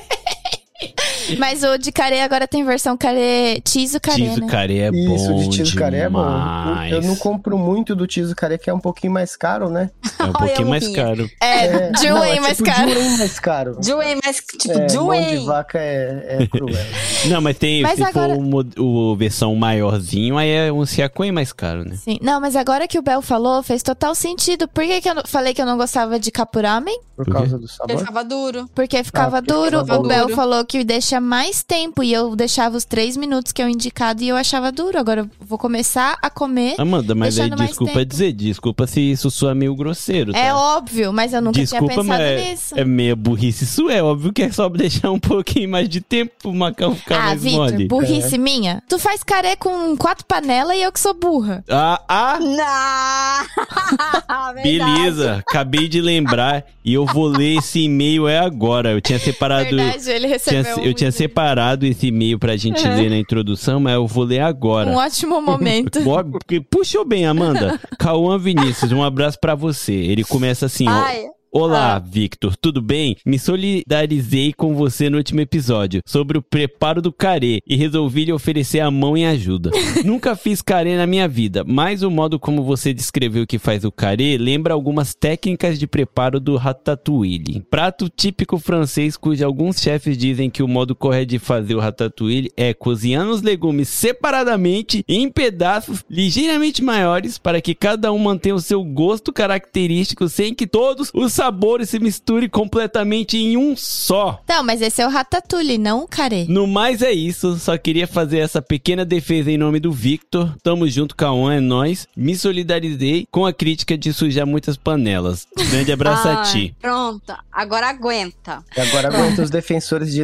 Mas o de carê agora tem versão carê, cheese o carê, né?
carê é bom
Isso, de tiso carê é bom.
demais.
Eu não compro muito do tiso carê, que é um pouquinho mais caro, né?
É um pouquinho mais caro.
É, de
não,
whey
é
mais
tipo
caro. um
De whey mais caro.
De whey mais, tipo,
é,
de
mão de
whey.
vaca é, é cruel.
Não, mas tem,
Mas
se
agora-
for o mod- o, versão maiorzinho, aí é um Siakuen mais caro, né?
Sim. Não, mas agora que o Bel falou, fez total sentido. Por que, que eu não- falei que eu não gostava de capuramen?
Por causa do sabor.
duro.
Porque ficava
Ah, porque
duro.
ficava
o Bel
duro.
falou que deixa mais tempo e eu deixava os três minutos que eu indicado e eu achava duro. Agora eu vou começar a comer.
Amanda, mas aí
deixando mais
desculpa
tempo.
dizer, desculpa se isso soa meio grosseiro, tá?
É óbvio, mas eu nunca
Desculpa,
tinha pensado
mas é-
nisso.
é meia burrice isso, é óbvio que é só deixar um pouquinho mais de tempo pro macarrão ficar
Ah,
mais mole.
Vitor, burrice
É.
minha. Tu faz carê com quatro panelas e eu que sou burra.
Ah, ah,
Não!
beleza, acabei de lembrar e eu vou ler esse e-mail é agora. Eu tinha separado...
Verdade, ele recebeu
Ah, tinha-
um
eu tinha separado esse e-mail pra gente
Uhum.
ler na introdução, mas eu vou ler agora.
Um ótimo momento.
Ó, porque Puxou bem, Amanda. Cauã Vinícius, um abraço pra você. Ele começa assim, ó.
Ai.
Olá, Victor, tudo bem? Me solidarizei com você no último episódio sobre o preparo do carê e resolvi lhe oferecer a mão em ajuda. Nunca fiz carê na minha vida, mas o modo como você descreveu que faz o carê lembra algumas técnicas de preparo do ratatouille. Prato típico francês cujo alguns chefes dizem que o modo correto de fazer o ratatouille é cozinhando os legumes separadamente em pedaços ligeiramente maiores para que cada um mantenha o seu gosto característico sem que todos os sabores sabores se misturem completamente em um só.
Não, mas esse é o Ratatouille, não o Carê.
No mais é isso, só queria fazer essa pequena defesa em nome do Victor. Tamo junto, Kaon, é nóis. Me solidarizei com a crítica de sujar muitas panelas. Grande abraço a
Ah,
ti.
Pronto, agora aguenta.
E agora aguenta os defensores de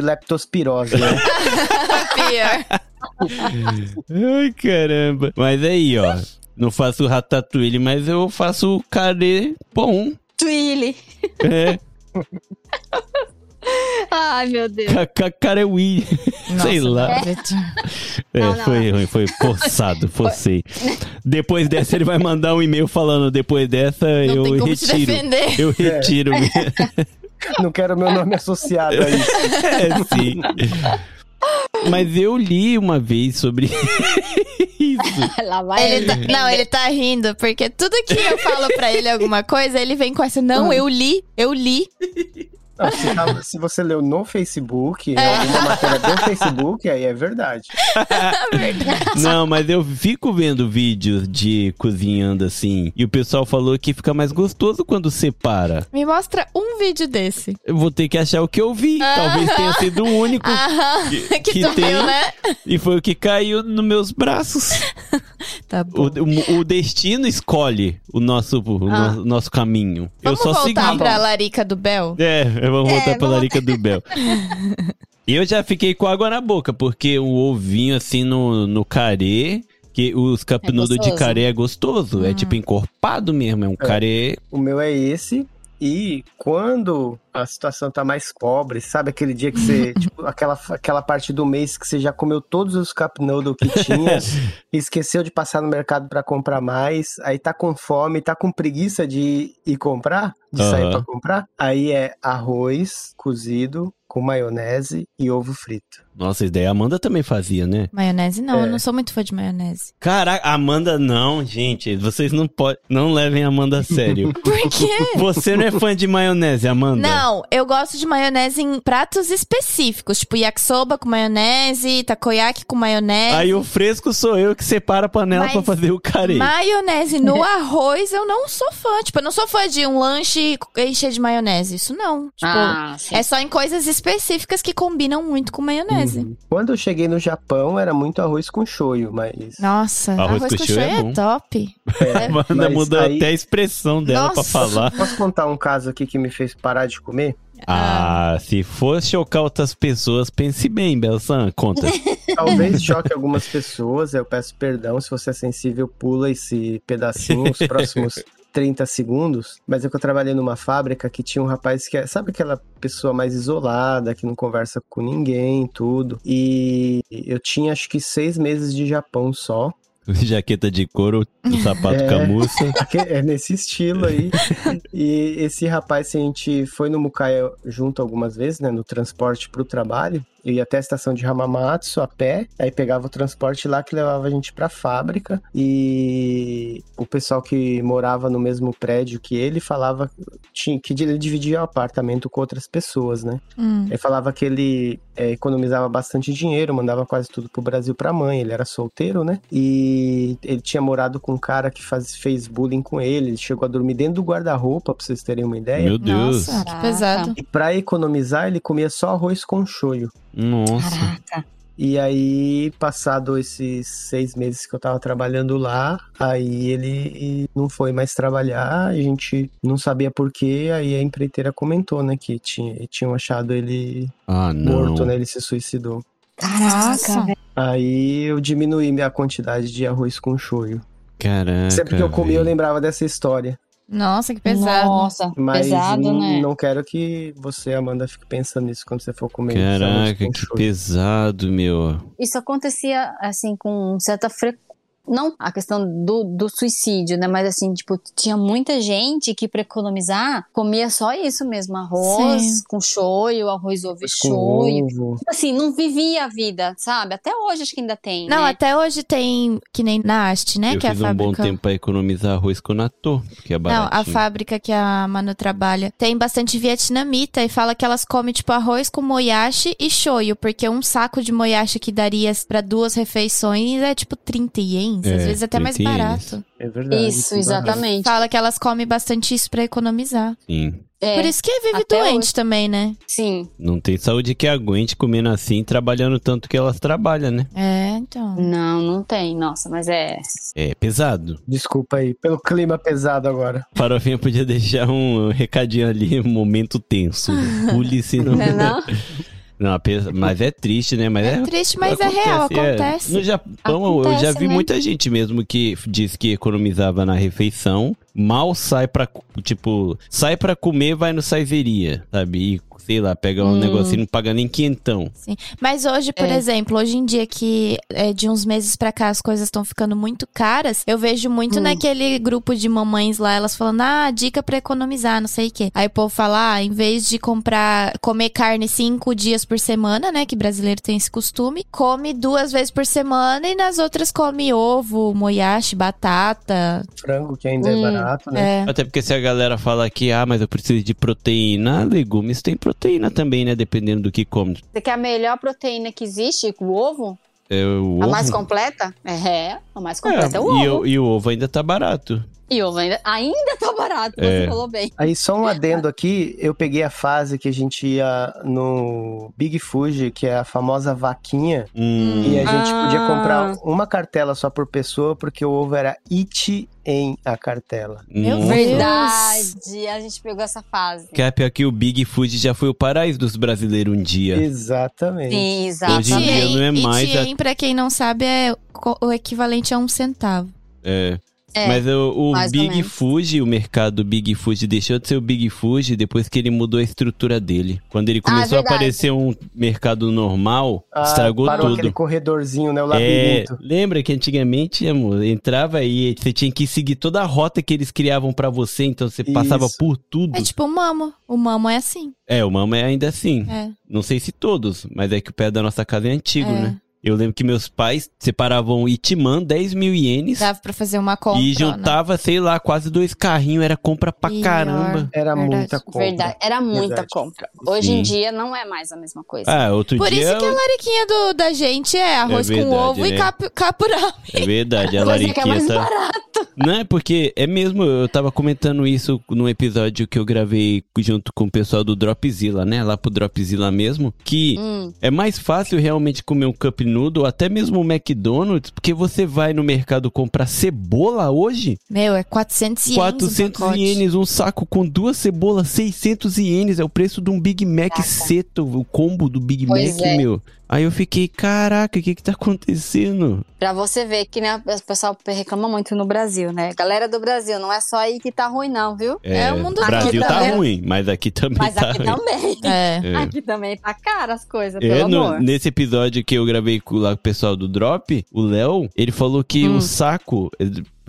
leptospirose, né?
Ai, caramba. Mas aí, ó. Não faço ratatouille, mas eu faço carê bom.
Twilly.
É,
Ai, meu Deus. né?
cacarewi. Sei lá. É,
Não, não.
foi ruim, foi forçado, forcei. Depois dessa, ele vai mandar um e-mail falando: depois dessa, eu
tem como te
retiro.
defender.
Eu
É.
retiro.
Não quero meu nome associado a isso.
É, sim. Mas eu li uma vez sobre.
Lá vai
ele tá- não, ele tá rindo, porque tudo que eu falo pra ele alguma coisa, ele vem com essa. Não,
Ah.
eu li, eu li.
Não, se, tá- se você leu no Facebook,
É.
alguma matéria do Facebook, aí é verdade.
Não, mas eu fico vendo vídeos de cozinhando assim. E o pessoal falou que fica mais gostoso quando separa.
Me mostra um vídeo desse.
Eu vou ter que achar o que eu vi. Talvez
Aham.
tenha sido o único.
Aham, Ah, que, tu viu, né?
E foi o que caiu nos meus braços.
Tá
bom. O, o- o destino escolhe o nosso, o
Ah.
no- nosso caminho.
Vamos
eu só
voltar
segui.
pra Larica do Bel?
É, vamos
É,
voltar pra
vamos-
Larica do Bel. E eu já fiquei com água na boca, porque o ovinho assim no, no carê, que os capinudos de
gostoso.
carê é gostoso, é tipo encorpado mesmo, é um carê.
O meu é esse. E quando a situação tá mais pobre, sabe aquele dia que você, tipo, aquela, aquela parte do mês que você já comeu todos os cup noodle que tinha, e esqueceu de passar no mercado pra comprar mais, aí tá com fome, tá com preguiça de ir comprar, de sair
Aham.
pra comprar, aí é arroz cozido com maionese e ovo frito.
Nossa, isso daí a Amanda também fazia, né?
Maionese não,
É.
eu não sou muito fã de maionese.
Caraca, Amanda não, gente, vocês não podem, não levem a Amanda a sério.
Por quê?
Você não é fã de maionese, Amanda?
Não, eu gosto de maionese em pratos específicos, tipo yakisoba com maionese, takoyaki com maionese.
Aí o fresco sou eu que separa a panela pra fazer o carê.
Maionese no arroz, eu não sou fã. Tipo, eu não sou fã de um lanche encher de maionese. Isso não. Tipo,
Ah, sim.
é só em coisas específicas que combinam muito com maionese.
Uhum. Quando eu cheguei no Japão, era muito arroz com shoyu, mas...
Nossa,
Arroz
arroz,
com
com
shoyu
shoyu
é
é,
bom.
top.
A Amanda
Mas
mudou
aí-
até a expressão dela pra falar.
Posso contar um caso aqui que me fez parar de comer?
Ah, se for chocar outras pessoas, pense bem, Belsan, conta.
Talvez choque algumas pessoas, eu peço perdão se você é sensível, pula esse pedacinho, os próximos 30 segundos. Mas é que eu trabalhei numa fábrica que tinha um rapaz que é, sabe aquela pessoa mais isolada, que não conversa com ninguém, tudo. E eu tinha acho que seis meses de Japão só.
Jaqueta de couro, um sapato
É.
camurça.
Que- É nesse estilo aí. E esse rapaz, assim, a gente foi no Mucaia junto algumas vezes, né? No transporte pro trabalho. Eu ia até a estação de Hamamatsu a pé. Aí pegava o transporte lá que levava a gente pra fábrica. E o pessoal que morava no mesmo prédio que ele falava tinha, que ele dividia o apartamento com outras pessoas, né?
Hum.
Ele falava que ele é, economizava bastante dinheiro, mandava quase tudo pro Brasil pra mãe. Ele era solteiro, né? E ele tinha morado com um cara que faz- fez bullying com ele. Ele chegou a dormir dentro do guarda-roupa, pra vocês terem uma ideia.
Meu Deus. Nossa,
que pesado.
E pra economizar, ele comia só arroz com shoyu.
Nossa.
E aí, passado esses seis meses que eu tava trabalhando lá, aí ele não foi mais trabalhar, a gente não sabia por quê, aí a empreiteira comentou, né, que tinha, tinham achado ele
Ah, não.
morto, né, ele se suicidou.
Caraca, velho.
Aí eu diminuí minha quantidade de arroz com shoyu.
Caraca.
Sempre que eu comia, eu
velho.
lembrava dessa história.
Nossa, que pesado. Nossa,
Mas n-
né?
não quero que você, Amanda, fique pensando nisso quando você for comer. esse arroz
Caraca,
com
que pesado, meu.
Isso acontecia, assim, com certa frequência. Não a questão do, do suicídio, né? Mas assim, tipo, tinha muita gente que, pra economizar, comia só isso mesmo: arroz
Sim.
com shoyu, arroz ovo e
com
shoyu.
ovo.
Tipo assim, não vivia a vida, sabe? Até hoje acho que ainda tem.
Não,
né?
até hoje tem, que nem na Haste, né?
eu
que é a
fiz um bom
fábrica.
tempo pra economizar arroz com natô, que é
Não,
baratinho.
a fábrica que a Manu trabalha tem bastante vietnamita e fala que elas comem, tipo, arroz com moyashi e shoyu, porque um saco de moyashi que daria pra duas refeições é, tipo, 30 ien, jeans, às
É,
vezes até mais
pretinhas.
barato.
É
verdade, Isso, tem razão. exatamente.
Fala que elas comem bastante isso pra economizar.
Sim.
Por isso que vive doente também, né?
É, Sim.
Não tem saúde que aguente comendo assim, trabalhando tanto que elas trabalham, né?
É, então.
Não, não tem. Nossa, mas é.
É pesado.
Desculpa aí, pelo clima pesado agora.
Farofinha podia deixar um recadinho ali, momento tenso. Pule-se não.
Não é não?
Não, apesar- mas é triste, né? Mas é,
triste, mas é real, acontece.
No Japão, eu já
Acontece,
vi
né?
muita gente mesmo que diz que economizava na refeição, mal sai pra, co- tipo, sai pra comer, vai no saiveria, sabe? E, sei lá, pega um
Hum.
negocinho e não paga nem quentão.
Sim. Mas hoje, por
É.
exemplo, hoje em dia que é, de uns meses pra cá as coisas estão ficando muito caras, eu vejo
Hum.
muito naquele grupo de mamães lá, elas falando, ah, dica pra economizar, não sei o quê. Aí o povo fala, ah, em vez de comprar, comer carne cinco dias por semana, né, que brasileiro tem esse costume, come duas vezes por semana e nas outras come ovo, moyashi, batata.
Frango que ainda é
Hum,
barato, né?
é.
Até porque se a galera fala que, ah, mas eu preciso de proteína, ah, legumes tem proteína também, né? Dependendo do que come.
Você quer a melhor proteína que existe? O ovo?
É, o
A mais
ovo-
completa? É, a mais
É,
completa é, o
e,
ovo.
o- e o ovo ainda tá barato.
E ovo ainda, ainda tá barato, você
É.
falou bem.
Aí só um adendo aqui, eu peguei a fase que a gente ia no Big Fuji, que é a famosa vaquinha,
Hum,
e a gente
Ah.
podia comprar uma cartela só por pessoa, porque o ovo era it em a cartela.
Meu Nossa.
Verdade, a gente pegou essa fase.
Que é pior que o Big Food já foi o paraíso dos brasileiros um dia.
Exatamente.
Sim,
Hoje em dia não é mais.
E tien, pra quem não sabe, é co- o equivalente a um centavo.
É.
É,
Mas o, o
mais ou
Big
menos.
Food, o mercado Big Food deixou de ser o Big Food depois que ele mudou a estrutura dele. Quando
Ah,
ele começou a
verdade.
aparecer um mercado normal,
Ah,
estragou
parou aquele
tudo.
corredorzinho, né? O
É,
labirinto.
lembra que antigamente, amor, entrava aí, você tinha que seguir toda a rota que eles criavam pra você, então você passava
Isso.
por tudo.
É tipo o mamo. O mamo é assim.
É, o Mama é ainda assim.
É.
Não sei se todos, mas é que o pé da nossa casa é antigo,
É.
né? Eu lembro que meus pais separavam Itimã, 10 mil ienes,
Dava pra né? fazer uma compra. né?
e juntava, sei lá, quase dois carrinhos. Era compra pra
Pior.
caramba.
Era
Verdade. muita
Verdade, era muita compra. Hoje
Sim.
em dia não é mais a mesma coisa.
Ah, outro
Por
dia.
isso que a
eu-
lariquinha do, da gente é arroz
É
com
verdade,
ovo e
né?
cap, capurá.
É verdade, a tá-
Coisa que é mais
lariqueta. Não, é porque é mesmo, eu tava comentando isso num episódio que eu gravei junto com o pessoal do Dropzilla, né? Lá pro Dropzilla mesmo, que
Hum.
é mais fácil realmente comer um Cup Noodle, ou até mesmo um McDonald's, porque você vai no mercado comprar cebola hoje,
Meu, é 400 ienes
400
um pacote.
ienes, um saco com duas cebolas, 600 ienes, é o preço de um Big Mac seto, o combo do Big
Pois
Mac,
é.
meu. Aí eu fiquei, caraca, o que que tá acontecendo?
Pra você ver que né, o pessoal reclama muito no Brasil, né? Galera do Brasil, não é só aí que tá ruim, não, viu?
É, O Brasil
Aqui
tá
também-
ruim, mas aqui também
né? Mas
tá
aqui
ruim.
também.
É.
Aqui também tá cara as coisas,
É,
pelo
no-
amor.
nesse episódio que eu gravei com, lá com o pessoal do Drop, o Léo, ele falou que
Hum.
o saco.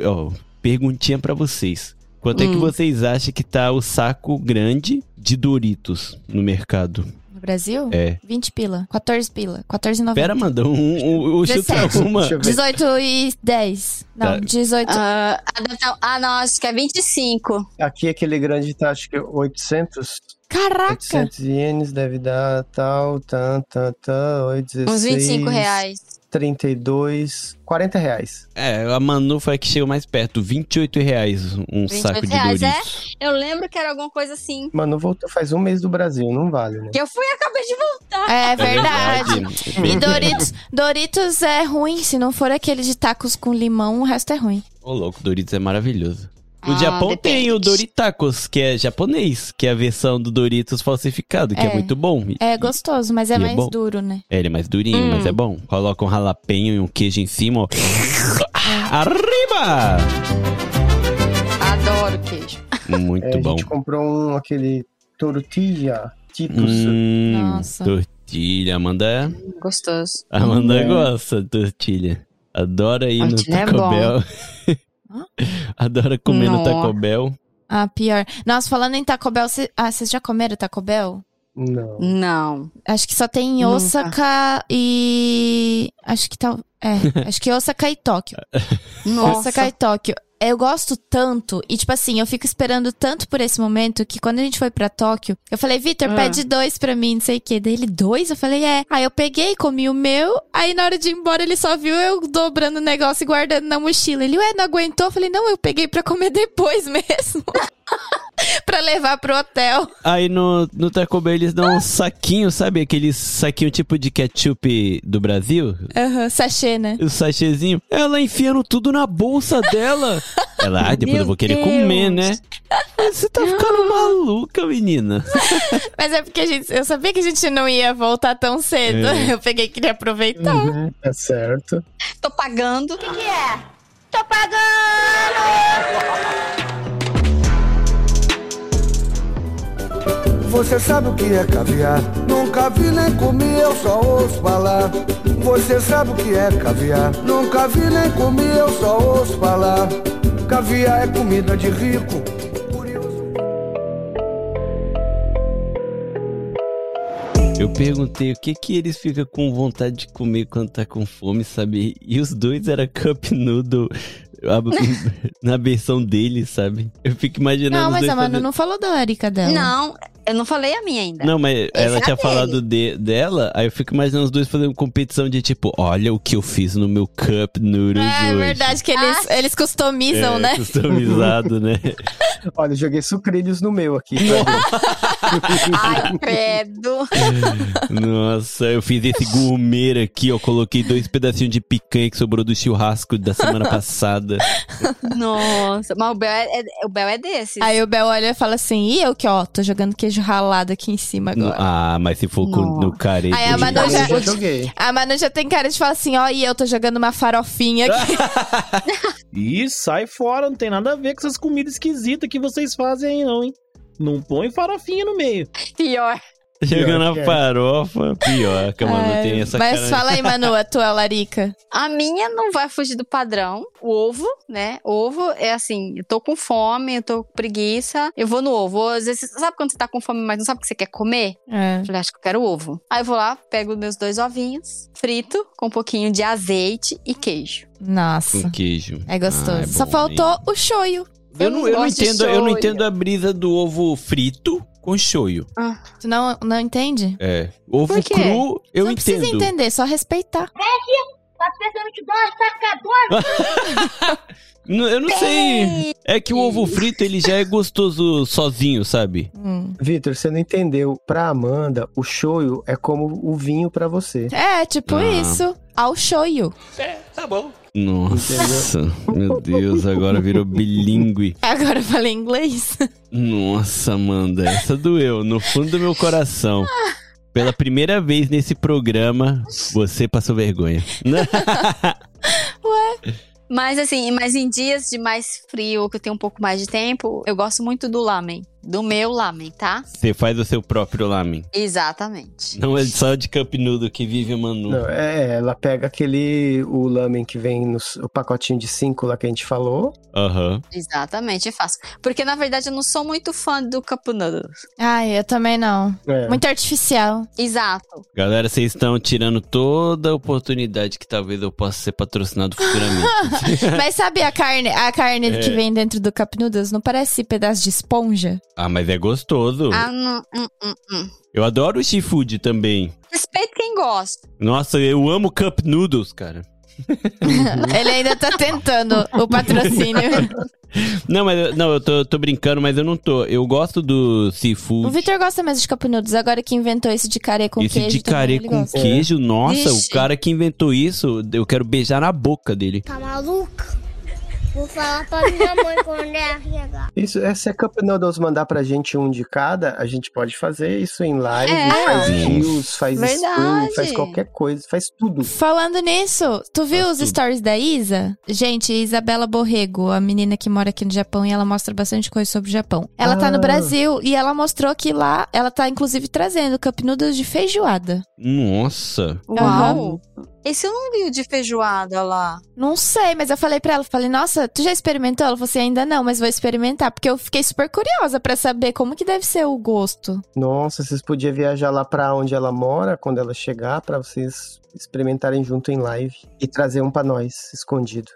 Ó, perguntinha pra vocês. Quanto é que
Hum.
vocês acham que tá o saco grande de Doritos no mercado?
No Brasil?
É.
20 pila. 14 pila. 14,90.
Pera, mandou um, um, um chuta
17.
uma.
18 e 10. Não,
Tá.
18.
Ah, deve tá- ah, não, acho que é 25.
Aqui aquele grande tá, acho que 800.
Caraca!
800 ienes deve dar tal, tan, tan, tan, 8,
Uns 25 reais.
32, 40 reais.
É, a Manu foi a que chegou mais perto. 28 reais um
28
saco de
reais,
Doritos.
é? Eu lembro que era alguma coisa assim.
Mano, voltou faz um mês do Brasil, não vale, né?
Que eu fui e acabei de voltar.
É verdade.
É verdade.
E Doritos, Doritos é ruim. Se não for aquele de tacos com limão, o resto é ruim.
Ô, louco, Doritos é maravilhoso. O
Ah,
Japão tem o Doritacos, que é japonês, que é a versão do Doritos falsificado, que é,
É.
muito bom.
É gostoso, mas é
E é
mais
bom?
duro, né?
É, ele é mais durinho,
Hum.
mas é bom. Coloca um jalapeno e um queijo em cima, ó. Arriba!
Adoro queijo.
Muito
É,
bom.
A gente comprou um, aquele tortilla, tipo...
Hum,
Nossa.
Tortilha, Amanda.
Gostoso.
Amanda
Hum.
gosta de tortilha. Adora ir no
Tortilha é
Taco
bom.
Bell. Adora comer no Taco
Nossa.
Bell.
Ah, pior. Nossa, falando em Taco Bell, cê- ah, vocês já comeram Taco Bell?
Não.
Não.
Acho que só tem em
Nunca.
Osaka e. Acho que tal. É, acho que Osaka e Tóquio.
Nossa.
Osaka e Tóquio. Eu gosto tanto, e tipo assim, eu fico esperando tanto por esse momento que quando a gente foi pra Tóquio, eu falei, Vitor,
Ah.
pede dois pra mim, não sei o quê. Daí ele, dois? Eu falei, é. Aí eu peguei, comi o meu, aí na hora de ir embora ele só viu eu dobrando o negócio e guardando na mochila. Ele, ué, não aguentou? Eu falei, não, eu peguei pra comer depois mesmo. pra levar pro hotel.
Aí no, no Taco Bell eles dão um saquinho, sabe? Aquele saquinho tipo de ketchup do Brasil.
Aham, sachê, né?
O sachêzinho. Ela enfiando tudo na bolsa dela. Ela, ah, depois
Meu
eu vou querer
Deus.
comer, né? Você tá ficando maluca, menina.
Mas é porque a gente, eu sabia que a gente não ia voltar tão cedo.
É. Uhum.
Eu peguei e queria aproveitar.
Tá certo.
Tô pagando. O que, é?
Tô pagando!
Você sabe o que é caviar? Nunca vi nem comi, eu só ouço falar. Você sabe o que é caviar? Nunca vi nem comi, eu só ouço falar. Caviar é comida de rico.
Eu perguntei o que que eles ficam com vontade de comer quando tá com fome, sabe? E os dois era cup noodle a- na versão deles, sabe? Eu fico imaginando
Não,
os
mas
dois
a Manu
fazendo-
não falou da larica dela.
Não, eu não falei a minha ainda.
Não, mas ela
é
tinha
dele.
falado de- dela, aí eu fico imaginando os dois fazendo competição de tipo, olha o que eu fiz no meu cup noodles
É
hoje.
verdade que eles, eles customizam,
É,
né?
Customizado, né?
Olha, eu joguei sucrilhos no meu aqui. tá
Ah,
Ai,
credo.
Nossa, eu fiz esse gourmet aqui, ó, coloquei dois pedacinhos de picanha que sobrou do churrasco da semana passada.
Nossa, mas o Bel é, é- o Bel é desses.
Aí o Bel olha e fala assim: e eu que, ó, tô jogando queijo ralado aqui em cima agora.
Ah, mas se for com, no careta.
Aí a Manu já,
Eu já joguei.
a Manu já tem cara de falar assim: ó, e eu tô jogando uma farofinha aqui.
Ih, sai fora, não tem nada a ver com essas comidas esquisitas que vocês fazem aí, não, hein? Não põe farofinha no meio.
Pior.
Chegando
Pior que
a
é.
farofa, pior que a Manu
Ai,
tem essa
É, mas
cara.
fala aí, Manu, a tua larica.
A minha não vai fugir do padrão. O ovo, né? Ovo é assim, eu tô com fome, eu tô com preguiça, eu vou no ovo. Às vezes, você sabe quando você tá com fome, mas não sabe o que você quer comer?
É.
Falei, acho que eu quero ovo. Aí eu vou lá, pego meus dois ovinhos, frito com um pouquinho de azeite e queijo.
Nossa.
Com queijo.
É gostoso.
Ah, é
Só
bom,
faltou
hein?
o shoyu.
Eu não, eu não
gosto de
entendo, eu não
shoyu.
entendo a brisa do ovo frito com shoyu.
Ah,
tu não, não entende?
É. Ovo
Por quê?
cru, eu
não
entendo.
precisa entender, é só respeitar.
Tá pensando que dói,
Não, eu não sei. É que o ovo frito, ele já é gostoso sozinho, sabe?
Hum.
Vitor, você não entendeu. Pra Amanda, o shoyu é como o vinho pra você.
É, tipo
Ah.
isso. Ao shoyu.
É, tá bom.
Nossa, meu Deus, agora virou bilíngue.
Agora eu falei inglês.
Nossa, Amanda, essa doeu no fundo do meu coração. Pela primeira vez nesse programa, você passou vergonha.
Mas assim, mas em dias de mais frio, que eu tenho um pouco mais de tempo, eu gosto muito do lamen. Do meu lamen, tá?
Você faz o seu próprio lamen.
Exatamente.
Não é só de cup noodle que vive a Manu.
Não, é, ela pega aquele o lamen que vem no s- o pacotinho de cinco lá que a gente falou.
Aham.
Exatamente, eu faço. Porque na verdade eu não sou muito fã do cup noodles.
Ai, eu também não.
É.
Muito artificial.
Exato.
Galera, vocês estão tirando toda a oportunidade que talvez eu possa ser patrocinado futuramente.
Mas sabe a carne, a carne
É.
que vem dentro do cup noodles? Não parece pedaço de esponja?
ah, mas é gostoso.
Ah, não. hum, hum, hum.
Eu adoro o seafood também.
Respeito quem gosta.
Nossa, eu amo cup noodles, cara. Uhum.
Ele ainda tá tentando o patrocínio.
Não, mas eu- não, eu tô, eu tô brincando, mas eu não tô. Eu gosto do
o
seafood.
Vitor gosta mesmo de cup noodles. Agora que inventou esse de carê com
Esse
queijo.
de carê
também ele
com
gosta.
queijo, nossa,
Vixe.
o cara que inventou isso, eu quero beijar na boca dele.
Tá maluca? Vou falar pra minha mãe quando ela chegar.
Isso, é, se a Cup Noodles mandar pra gente um de cada, a gente pode fazer isso em live,
É.
faz reels, faz stream,
Verdade.
faz qualquer coisa, faz tudo.
Falando nisso, tu viu os stories da Isa? Gente, Isabela Borrego, a menina que mora aqui no Japão e ela mostra bastante coisa sobre o Japão. Ela tá no
Ah.
Brasil e ela mostrou que lá ela tá inclusive trazendo cup noodles de feijoada.
Nossa.
Uau. Esse eu não vi o de feijoada lá.
Não sei, mas eu falei pra ela, falei, nossa, tu já experimentou? Ela falou assim, ainda não, mas vou experimentar, porque eu fiquei super curiosa pra saber como que deve ser o gosto.
Nossa, vocês podiam viajar lá pra onde ela mora quando ela chegar, pra vocês experimentarem junto em live e trazer um pra nós escondido.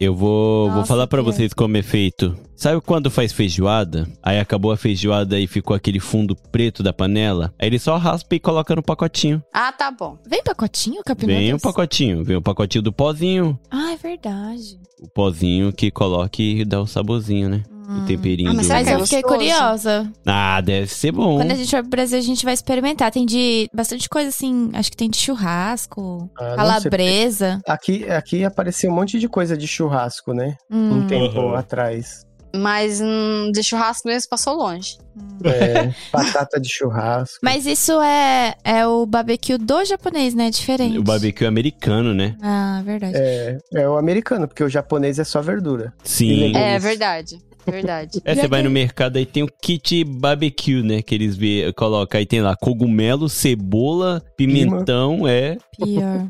Eu vou, vou
Nossa,
falar pra
que
vocês como é feito. Sabe quando faz feijoada? Aí acabou a feijoada e ficou aquele fundo preto da panela? Aí ele só raspa e coloca no pacotinho.
Ah, tá bom.
Vem pacotinho, Capilotas?
Vem um o pacotinho, vem o pacotinho do pozinho.
Ah, é verdade.
O pozinho que coloca e dá o saborzinho, né? O temperinho.
Ah, mas
do-
será que eu fiquei
gostoso?
curiosa.
Ah, deve ser bom.
Quando a gente vai pro Brasil, a gente vai experimentar. Tem de bastante coisa assim, acho que tem de churrasco,
Ah, não
calabresa.
Aqui, aqui apareceu um monte de coisa de churrasco, né?
Hum.
Um tempo
Uhum.
atrás.
Mas hum, de churrasco mesmo passou longe.
É, batata de churrasco.
Mas isso é, é o barbecue do japonês, né? É Diferente.
O barbecue americano, né?
Ah, verdade.
É, é o americano, porque o japonês é só verdura.
Sim.
É verdade, verdade.
É, você vai no mercado aí tem o kit barbecue, né? Que eles vê, colocam aí tem lá cogumelo, cebola, pimentão, é.
Pior.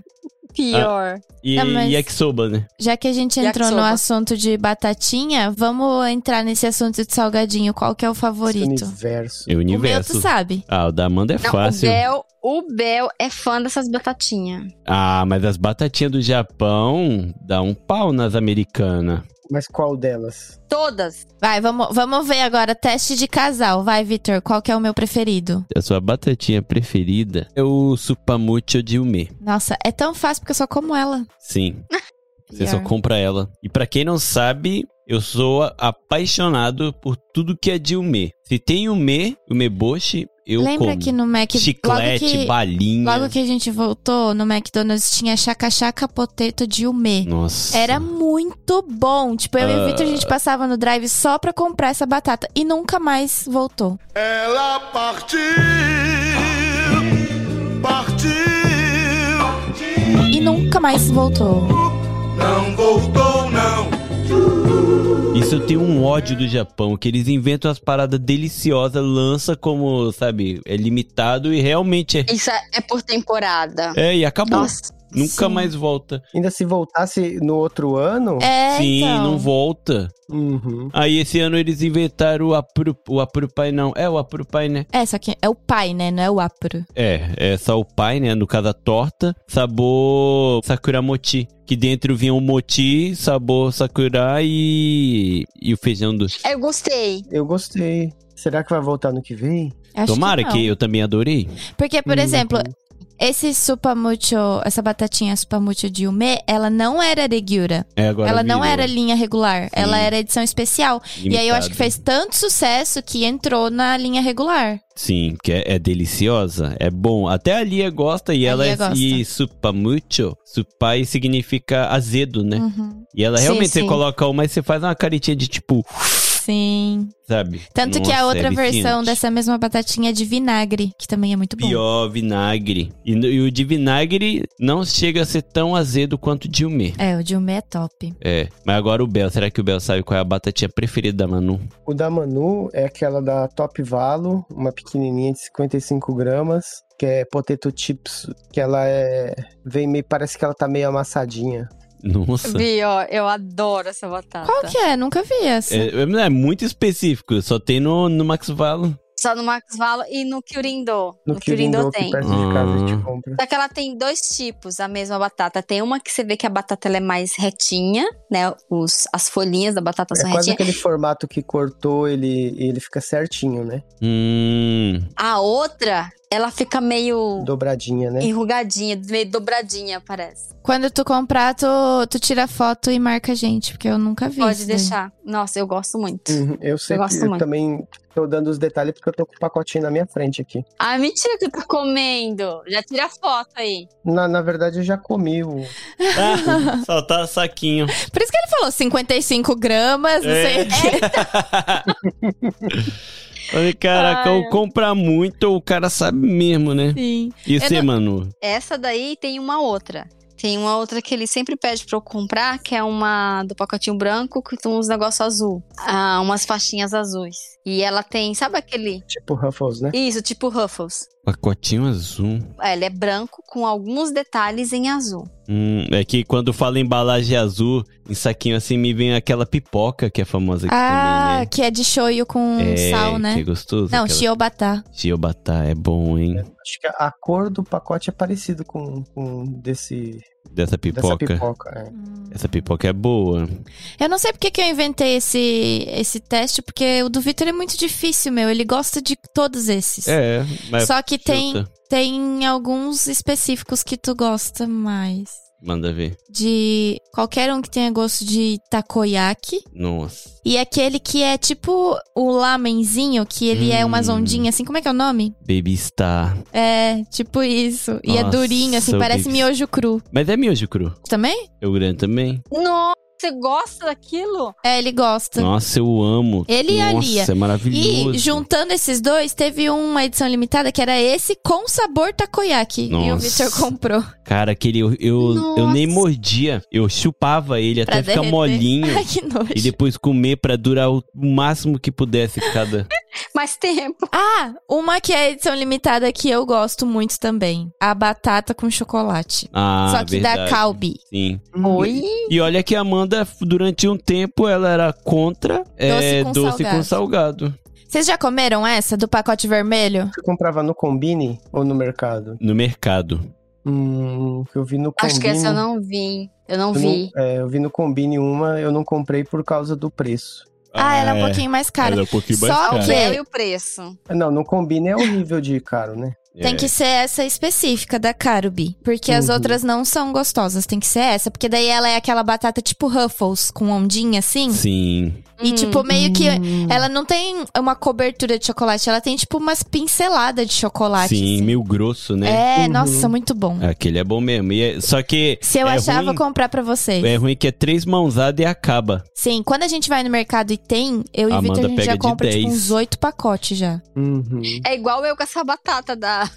Pior.
E
Não, mas-
yakisoba, né?
Já que a gente
Yakisoba.
entrou no assunto de batatinha, vamos entrar nesse assunto de salgadinho. Qual que é o favorito?
Universo.
É o universo.
tu sabe.
Ah, o da Amanda é
Não,
fácil.
O Bel, o Bel é fã dessas batatinhas.
Ah, mas as batatinhas do Japão dá um pau nas americanas.
Mas qual delas?
Todas.
Vai, vamos, vamos ver agora. Teste de casal. Vai, Vitor. Qual que é o meu preferido?
A sua batatinha preferida é o Supamucho de Ume.
Nossa, é tão fácil porque eu só como ela.
Sim. Você só
Pior.
compra ela. E pra quem não sabe, eu sou a- apaixonado por tudo que é de umê. Se tem umê, umeboshi, eu
Lembra
como.
que no Mac...
Chiclete,
logo que,
balinha.
Logo que a gente voltou, no McDonald's tinha chaca-chaca potato de umê.
Nossa.
Era muito bom. Tipo, eu e o
Ah.
Vitor, a gente passava no drive só pra comprar essa batata. E nunca mais voltou.
Ela partiu, partiu,
E nunca mais voltou.
não voltou não.
Isso eu tenho um ódio do Japão, que eles inventam as paradas deliciosas, lança como, sabe, é limitado e realmente é.
Isso é, é por temporada.
É, e acabou.
Nossa,
Nunca
sim.
mais volta.
Ainda se voltasse no outro ano.
É,
Sim,
então.
não volta.
Uhum.
Aí esse ano eles inventaram o apru, o aprupai não. É o aprupai, né?
É, só que é o pai, né? Não é o apro.
É, é só o pai, né? No caso a torta, sabor sakura moti. Que dentro vinha o moti, sabor sakura e, e o feijão do...
Eu gostei.
Eu gostei. Será que vai voltar no que vem?
Acho
Tomara que, Hum.
não.
eu também adorei.
Porque, por exemplo, esse supamucho, essa batatinha supamucho de ume, ela não era regular.
É, agora
ela não
virou.
era linha regular, ela era edição especial. E aí eu acho
Limitada.
que fez tanto sucesso que entrou na linha regular.
Sim, que é, é deliciosa, é bom. Até a Lia gosta e
A
ela
Lia
é,
gosta.
e supamucho, supai significa azedo, né? E ela
Sim,
realmente
sim.
você coloca uma e você faz uma caretinha de tipo,
Sim.
sabe?
Tanto que
Nossa,
a outra
é
versão
viciante.
dessa mesma batatinha é de vinagre, que também é muito bom.
Pior vinagre. E, no- e o de vinagre não chega a ser tão azedo quanto o de umê.
É, o de ume é top.
É. Mas agora o Bel, será que o Bel sabe qual é a batatinha preferida da Manu?
O da Manu é aquela da Top Valo, uma pequenininha de 55 gramas, que é potato chips, que ela é... Vem meio... Parece que ela tá meio amassadinha.
Nossa.
Vi, ó, eu adoro essa batata.
Qual que é? Nunca vi essa.
É, é muito específico, só tem no, no Max Valo.
Só no Max Valo e no Kyurindo.
No, Quirindô, que
tem.
perto de casa a gente compra.
Só que ela tem dois tipos, a mesma batata. Tem uma que você vê que a batata ela é mais retinha, né? Os, as folhinhas da batata
É
são
quase
retinhas.
aquele formato que cortou, ele, ele fica certinho, né?
Hum.
A outra, ela fica meio
Dobradinha, né?
enrugadinha, meio dobradinha, parece.
Quando tu comprar, tu, tu tira foto e marca a gente, porque eu nunca vi.
Pode
isso né? daí.
deixar. Nossa, eu gosto muito.
Uhum, Eu sei
gosto
que eu
muito.
também tô dando os detalhes porque eu tô com o pacotinho na minha frente aqui.
Ah, mentira que eu tô comendo. Já tira a foto aí.
Na, na verdade, eu já comi o.
Ah, só tá saquinho.
Por isso que ele falou 55 gramas, não
É.
sei o quê.
Falei, caraca,
Ai,
ou compra muito, ou o cara sabe mesmo, né?
Sim.
E
Eu
você,
não-
Manu?
Essa daí tem uma outra. Tem uma outra que ele sempre pede pra eu comprar, que é uma do pacotinho branco, que tem uns negócios azul. Ah, umas faixinhas azuis. E ela tem, sabe aquele?
Tipo Ruffles, né?
Isso, tipo Ruffles.
Pacotinho azul.
Ela é branco com alguns detalhes em azul.
Hum, é que quando fala embalagem azul, em saquinho assim, me vem aquela pipoca que é famosa aqui
Ah, que é de shoyu com
também, né? É,
sal,
Que é
né?
gostoso.
Não,
aquela...
shiobata.
Shiobata é bom, hein?
Acho que a cor do pacote é parecido com, com desse
Dessa pipoca.
pipoca, é.
Essa pipoca é boa.
Eu não sei porque que eu inventei esse, esse teste, porque o do Vitor é muito difícil, meu. Ele gosta de todos esses.
É, mas
Só que tem,
chuta.
tem alguns específicos que tu gosta mais.
Manda ver.
De qualquer um que tenha gosto de takoyaki.
Nossa.
E aquele que é tipo o lamenzinho, que ele é umas
Hum.
ondinhas assim. Como é que é o nome?
Baby Star.
É, tipo isso. e é
Nossa,
durinho, assim,
o
parece
Baby-
miojo cru.
Mas é miojo cru.
Também?
Eu grande também.
Nossa, você gosta daquilo?
É, ele gosta.
Nossa, eu amo.
Ele e a
Nossa,
Lia.
é maravilhoso.
E juntando esses dois, teve uma edição limitada que era esse com sabor takoyaki. E o
Nossa.
Victor comprou.
Cara, aquele eu, eu, eu nem
Nossa.
mordia. Eu chupava ele
Pra
até ficar
derreter.
molinho.
Ai, que nojo.
E depois comer pra durar o o máximo que pudesse cada.
Mais tempo.
Ah, uma que é edição limitada que eu gosto muito também. A batata com chocolate.
Ah,
Só que da
verdade.
Calbi.
Sim.
Oi?
E olha que a Amanda, durante um tempo, ela era contra é,
com
doce com salgado.
Vocês já comeram essa do pacote vermelho?
Você comprava no Combine ou no mercado?
No mercado.
Hum, que eu vi no Combine.
Acho que essa eu não vi. Eu não
eu
vi.
não- é, eu vi no Combine uma, eu não comprei por causa do preço.
Ah, ela é um pouquinho mais cara.
Ela é um pouquinho mais
Só
cara.
que
Ela
E é o preço?
Não, no Combine é o nível de caro, né?
é.
Tem que ser essa específica da Carubi. Porque as
Uhum.
outras não são gostosas. Tem que ser essa. Porque daí ela é aquela batata tipo Ruffles, com ondinha assim.
Sim. Uhum.
E tipo, meio que.
é-
Hum.
Ela não tem uma cobertura de chocolate. Ela tem tipo umas pinceladas de chocolate. assim.
Sim, meio grosso, né?
É, nossa, muito bom.
Aquele é bom mesmo. E é- só que.
Se eu
é
achar, vou
ruim,
comprar pra vocês.
É ruim que é três mãozadas e acaba.
Sim, quando a gente vai no mercado e tem, eu e o
Amanda
Vitor, a gente
pega
já
de
compra tipo
10.
uns oito pacotes já.
Uhum.
É igual eu com essa batata da,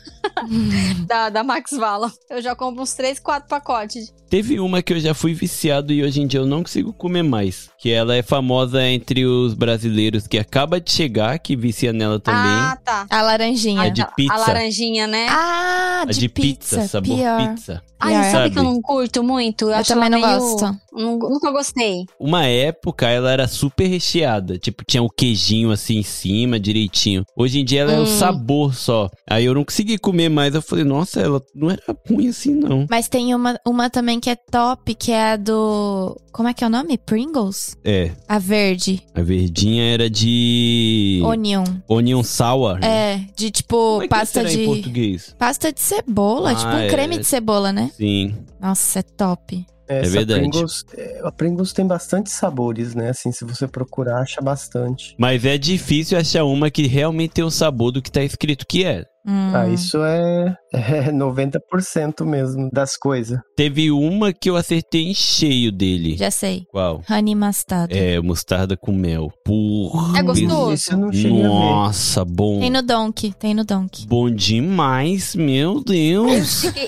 da, da Max Vala. Eu já compro uns três, quatro pacotes.
Teve uma que eu já fui viciado e hoje em dia eu não consigo comer mais. Que ela é famosa entre os brasileiros que acaba de chegar, que vicia nela também.
Ah, tá.
A laranjinha.
A É de pizza.
A laranjinha, né?
Ah,
a de pizza, sabor pizza.
Ai, sabe, que eu não curto muito? Eu, acho
É. também
ela
não
meio-
gosto.
Nun- Nunca gostei.
Uma época ela era super recheada, tipo, tinha o queijinho assim em cima, direitinho. Hoje em dia ela é o
Hum.
sabor só. Aí eu não consegui comer mais, eu falei, nossa, ela não era ruim assim não.
Mas tem uma, uma também que é top, que é a do. Como é que é o nome? Pringles?
É,
A verde.
a verdinha era de...
Onion.
Onion sour.
É, de tipo
Hum. Como é que
pasta
será
de.
em português?
Pasta de cebola,
Ah,
tipo um
é.
creme de cebola, né?
Sim.
Nossa, é top.
Essa
verdade.
Pringles, é, a Pringles tem bastante sabores, né? Assim, se você procurar, acha bastante.
Mas é difícil achar uma que realmente tem o sabor do que tá escrito que é.
Hum,
Ah,
Hum.
isso é, é 90% mesmo das coisas.
É
Teve uma que eu acertei em cheio dele.
Já sei.
Qual?
Honey mustard.
É, mostarda com mel. Porra.
É gostoso?
Isso eu não cheguei a ver.
Uhum. Nossa, bom.
Tem no Donk, tem no Donk.
Bom demais, meu Deus.
Cheguei-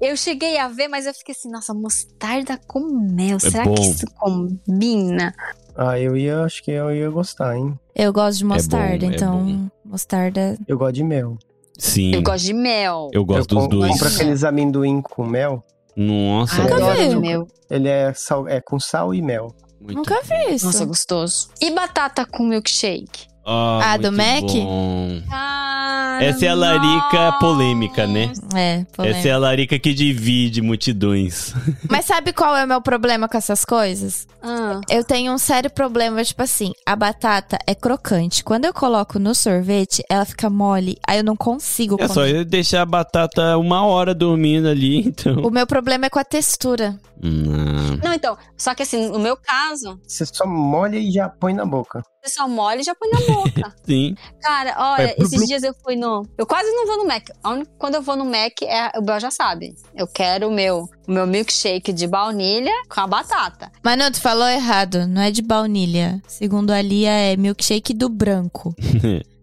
Eu cheguei a ver, mas eu fiquei assim, nossa, mostarda com mel.
É
Será
bom.
que isso combina?
Ah, eu ia, acho que eu ia gostar, hein?
Eu gosto de
bom,
mostarda,
é
então mostarda.
Eu gosto de mel.
Sim.
Eu gosto de mel.
Eu gosto dos
com-
dois.
Compra aqueles amendoim com mel.
Nossa,
Nunca
cara.
vi. Mel.
Ele é, sal, é com sal e mel.
Ah, Nunca vi isso.
Nossa, gostoso. E batata com milkshake?
Ah,
Ah, do
muito
Mac?
bom.
Ah,
Essa é a larica polêmica, né?
É,
Essa é a larica que divide multidões.
Mas sabe qual é o meu problema com essas coisas?
Ah.
Eu tenho um sério problema, tipo assim, a batata é crocante. Quando eu coloco no sorvete, ela fica mole, aí eu não consigo
É
comer.
só eu deixar a batata uma hora dormindo ali, então.
O meu problema é com a textura.
Não.
Não, então, só que assim, no meu caso,
Você só molha e já põe na boca.
você só molha e já põe na boca.
Sim.
Cara, olha,
Vai blu,
esses
blu.
dias eu fui no. Eu quase não vou no Mac. A única- Quando eu vou no Mac, é, o Bel já sabe. Eu quero o meu, o meu milkshake de baunilha com a batata.
Manu, tu falou errado. Não é de baunilha. Segundo a Lia, é milkshake do branco.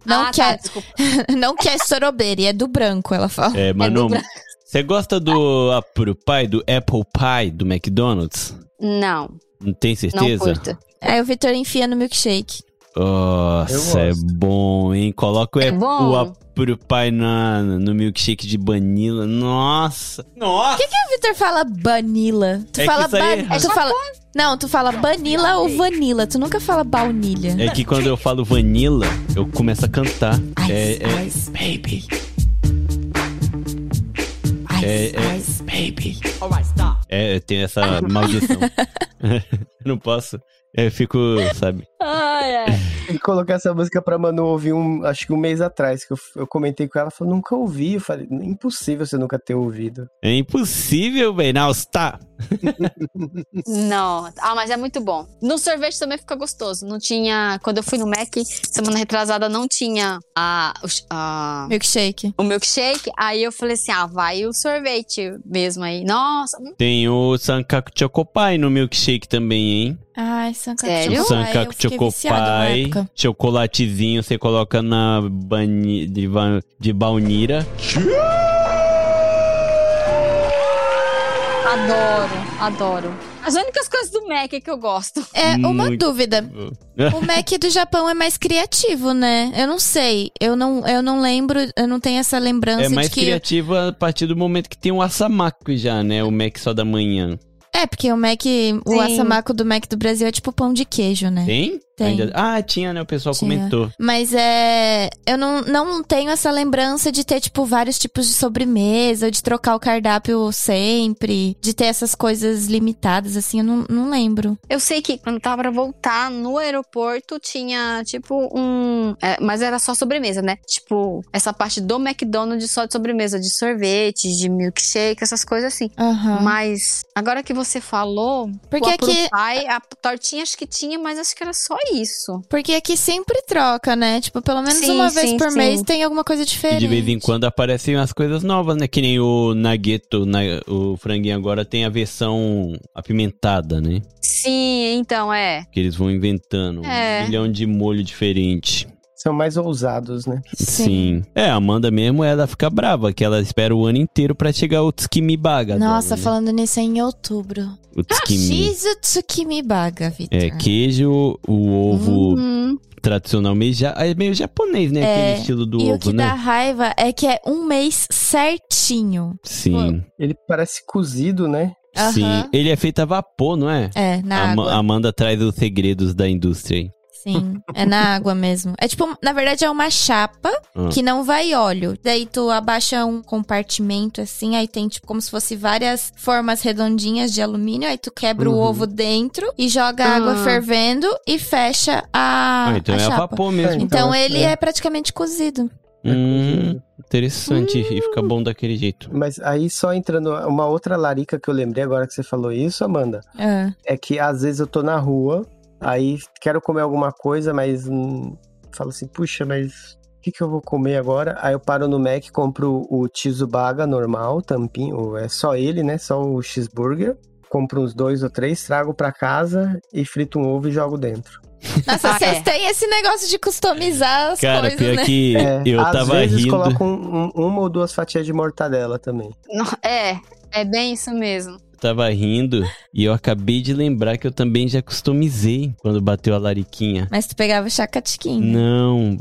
Não
Ah,
que
tá,
é, não que é sorobeira, e é do branco, ela fala.
É, Manu, você gosta do apple pie, do apple pie do McDonald's?
Não,
Não tem
não
certeza?
curto.
Aí o Vitor enfia no milkshake.
Nossa, é bom, hein? Coloca o,
É
apple-
bom?
o apple pie na, no milkshake de banila. Nossa! Nossa!
Por que, que o Vitor fala vanilla? Tu
É que
fala
isso aí
ba-
é errado.
tu fala Não, tu fala vanilla ou vanilla. Tu nunca fala baunilha.
É que quando eu falo vanilla, eu começo a cantar. é, é,
ice,
baby. é, é,
ice.
baby.
Alright, stop.
É, eu tenho essa maldição. não posso. Eu fico, sabe?
E colocar essa música pra Manu ouvir um, acho que um mês atrás, que eu, eu comentei com ela, ela falou, nunca ouvi. Eu falei, impossível você nunca ter ouvido.
É impossível, Benaus, tá?
Não. Ah, mas é muito bom. No sorvete também fica gostoso. Não tinha. Quando eu fui no Mac, semana retrasada, não tinha a, o- a-
Milkshake.
o milkshake. Aí eu falei assim: ah, vai o sorvete mesmo aí. Nossa,
Tem o Sankaku Chocopai no milkshake também, hein?
Ai, Sankaku
Sério?
O
Chocopai. Eu
Sankaku
fiquei viciada na
Chocopai,
época.
chocolatezinho, você coloca na bani, de, ba- de baunira.
adoro, adoro. As únicas coisas do Mac que eu gosto.
É, uma
Muito
dúvida. O Mac do Japão é mais criativo, né? Eu não sei. Eu não, eu não lembro, eu não tenho essa lembrança
É mais
de que.
criativo a partir do momento que tem o assamaco já, né? O Mac só da manhã.
É, porque o Mac, o
Sim.
assamaco do Mac do Brasil é tipo pão de queijo, né?
Tem?
Tem.
Ainda- Ah, tinha, né? O pessoal
Tinha.
comentou.
Mas é. Eu não, não tenho essa lembrança de ter, tipo, vários tipos de sobremesa, de trocar o cardápio sempre, de ter essas coisas limitadas, assim, eu não, não lembro.
Eu sei que quando tava pra voltar no aeroporto tinha tipo um. é, mas era só sobremesa, né? Tipo, essa parte do McDonald's só de sobremesa, de sorvete, de milkshake, essas coisas assim.
Aham.
Mas agora que você falou,
Porque
o Apple
aqui-
Pie, a tortinha acho que tinha, mas acho que era só isso.
Porque aqui sempre troca, né? Tipo, pelo menos
Sim,
uma vez
sim,
por
sim.
mês tem alguma coisa
E
diferente.
de vez em quando aparecem as coisas novas, né? Que nem o Nagueto, na- o franguinho agora tem a versão apimentada, né?
Sim, então é.
Que eles vão inventando
É.
um milhão de molho diferente.
São mais ousados, né?
Sim. É, a Amanda mesmo, ela fica brava, que ela espera o ano inteiro pra chegar o Tsukimibaga.
Nossa,
dela, né?
falando nisso é em outubro.
O Tsukimi.
Shizutsuki baga, Vitor.
É, queijo, o ovo
Hum,
tradicional meio, ja- é meio japonês, né?
É,
Aquele estilo do
e o
ovo,
que
né?
dá raiva é que é um mês certinho.
Sim.
Ele parece cozido, né?
Aham.
Sim. Ele é feito a vapor, não é?
É, na
A Ma-
água.
Amanda traz os segredos da indústria aí.
Sim, é na água mesmo. É tipo, na verdade é uma chapa
Ah.
que não vai óleo. Daí tu abaixa um compartimento assim, aí tem tipo como se fosse várias formas redondinhas de alumínio, aí tu quebra o
Uhum.
ovo dentro e joga a
Ah.
água fervendo e fecha a,
Ah, então
a
é a
chapa.
vapor mesmo.
Então
Então,
ele
é.
é praticamente cozido.
Hum, interessante. E fica
Hum.
bom daquele jeito.
Mas aí só entrando, uma outra larica que eu lembrei agora que você falou isso, Amanda,
É.
é que às vezes eu tô na rua, aí quero comer alguma coisa, mas hum, falo assim, puxa, mas o que, que eu vou comer agora? Aí eu paro no Mac, compro o Chizubaga normal, tampinho, é só ele, né? Só o cheeseburger. Compro uns dois ou três, trago pra casa e frito um ovo e jogo dentro.
Nossa,
Ah,
vocês
é.
têm esse negócio de customizar as
Cara,
coisas,
pior
né?
que
É,
eu
às
tava
vezes
rindo.
coloco um- um- uma ou duas fatias de mortadela também.
não- é, é bem isso mesmo.
tava rindo e eu acabei de lembrar que eu também já customizei quando bateu a lariquinha.
Mas tu pegava chacatiquinho.
Não,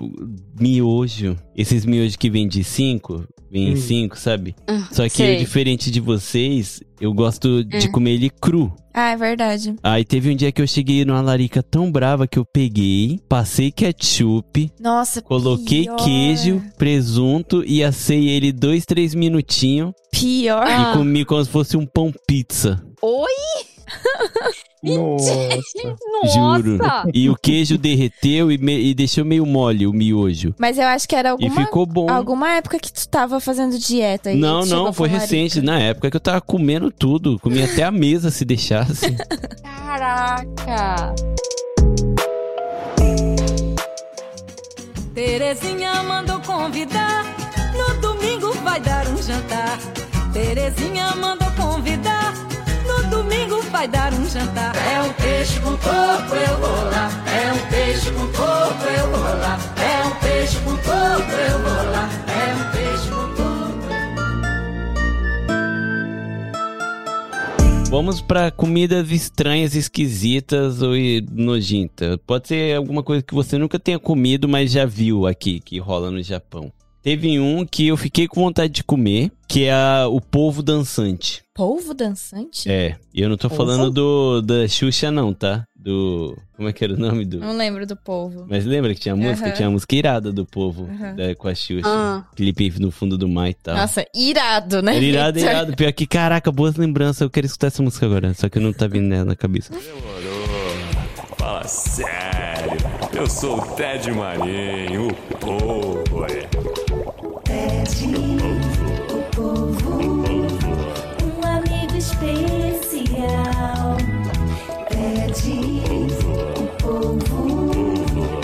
miojo. Esses miojos que vêm de 5, vem em
Hum.
5, sabe? Só que
Ah, sei.
eu, diferente de vocês, eu gosto de
Hum.
comer ele cru.
Ah, é verdade.
Aí teve um dia que eu cheguei numa larica tão brava que eu peguei, passei ketchup,
Nossa,
coloquei
pior.
queijo, presunto e assei ele dois, três minutinhos
Pior.
Ah.
e comi como se fosse um pão pizza.
Oi,
Nossa.
nossa!
Juro. E o queijo derreteu e, me- e deixou meio mole o miojo.
Mas eu acho que era
E
alguma
ficou bom.
Alguma época que tu tava fazendo dieta e
Não,
chegou
não, foi
com larica.
recente. Na época que eu tava comendo tudo. Comia até a mesa se deixasse.
Caraca!
Terezinha mandou convidar. No domingo vai dar um jantar. Terezinha mandou convidar. No domingo vai dar um jantar. É um peixe com coco, eu vou lá. É um peixe com coco, eu vou lá. É um peixe com coco, eu vou lá. É um peixe com coco.
Vamos pra comidas estranhas, esquisitas ou e- nojenta. Pode ser alguma coisa que você nunca tenha comido, mas já viu aqui que rola no Japão. Teve um que eu fiquei com vontade de comer, que é a- o polvo dançante.
Polvo dançante?
É, e eu não tô
Polvo?
falando do da Xuxa não, tá? Do... como é que era o nome do...
Não lembro do polvo.
Mas lembra que tinha a música?
Aham.
Tinha a música irada do povo
Aham.
da- com a Xuxa.
Ah.
Felipe no fundo do mar e tal.
Nossa, irado, né?
Era irado,
Victor?
irado. Pior que, caraca, boas lembranças. Eu quero escutar essa música agora, só que não tá vindo nela na cabeça.
Demorou. Fala sério. Eu sou o Ted Marinho, o povo. é.
Um amigo especial.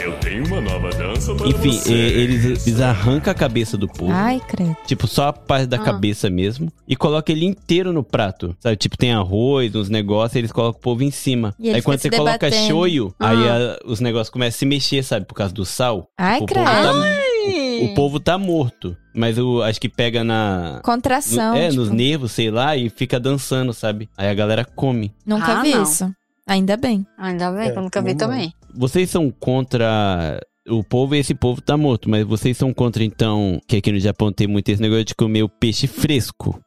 Eu tenho uma nova dança para
Enfim,
você.
e- eles, eles arrancam a cabeça do povo.
Ai, credo.
Tipo, só a parte da
Ah.
cabeça mesmo. E coloca ele inteiro no prato. Sabe? Tipo, tem arroz, uns negócios, eles colocam o povo em cima.
E ele
aí quando você
fica se
coloca
debatendo.
shoyu,
Ah.
aí a- os negócios começam a se mexer, sabe? Por causa do sal.
Ai,
o
credo.
Povo tá, o, o povo tá morto. Mas eu acho que pega na.
Ah, Contração,
no- é,
tipo.
nos nervos, sei lá, e fica dançando, sabe? Aí a galera come.
Nunca
Ah,
vi
não.
isso. Ainda bem.
Ainda bem,
É,
que eu nunca vi
não.
também.
Vocês são contra o povo e esse povo tá morto, mas vocês são contra, então, que aqui no Japão tem muito esse negócio de comer o peixe fresco.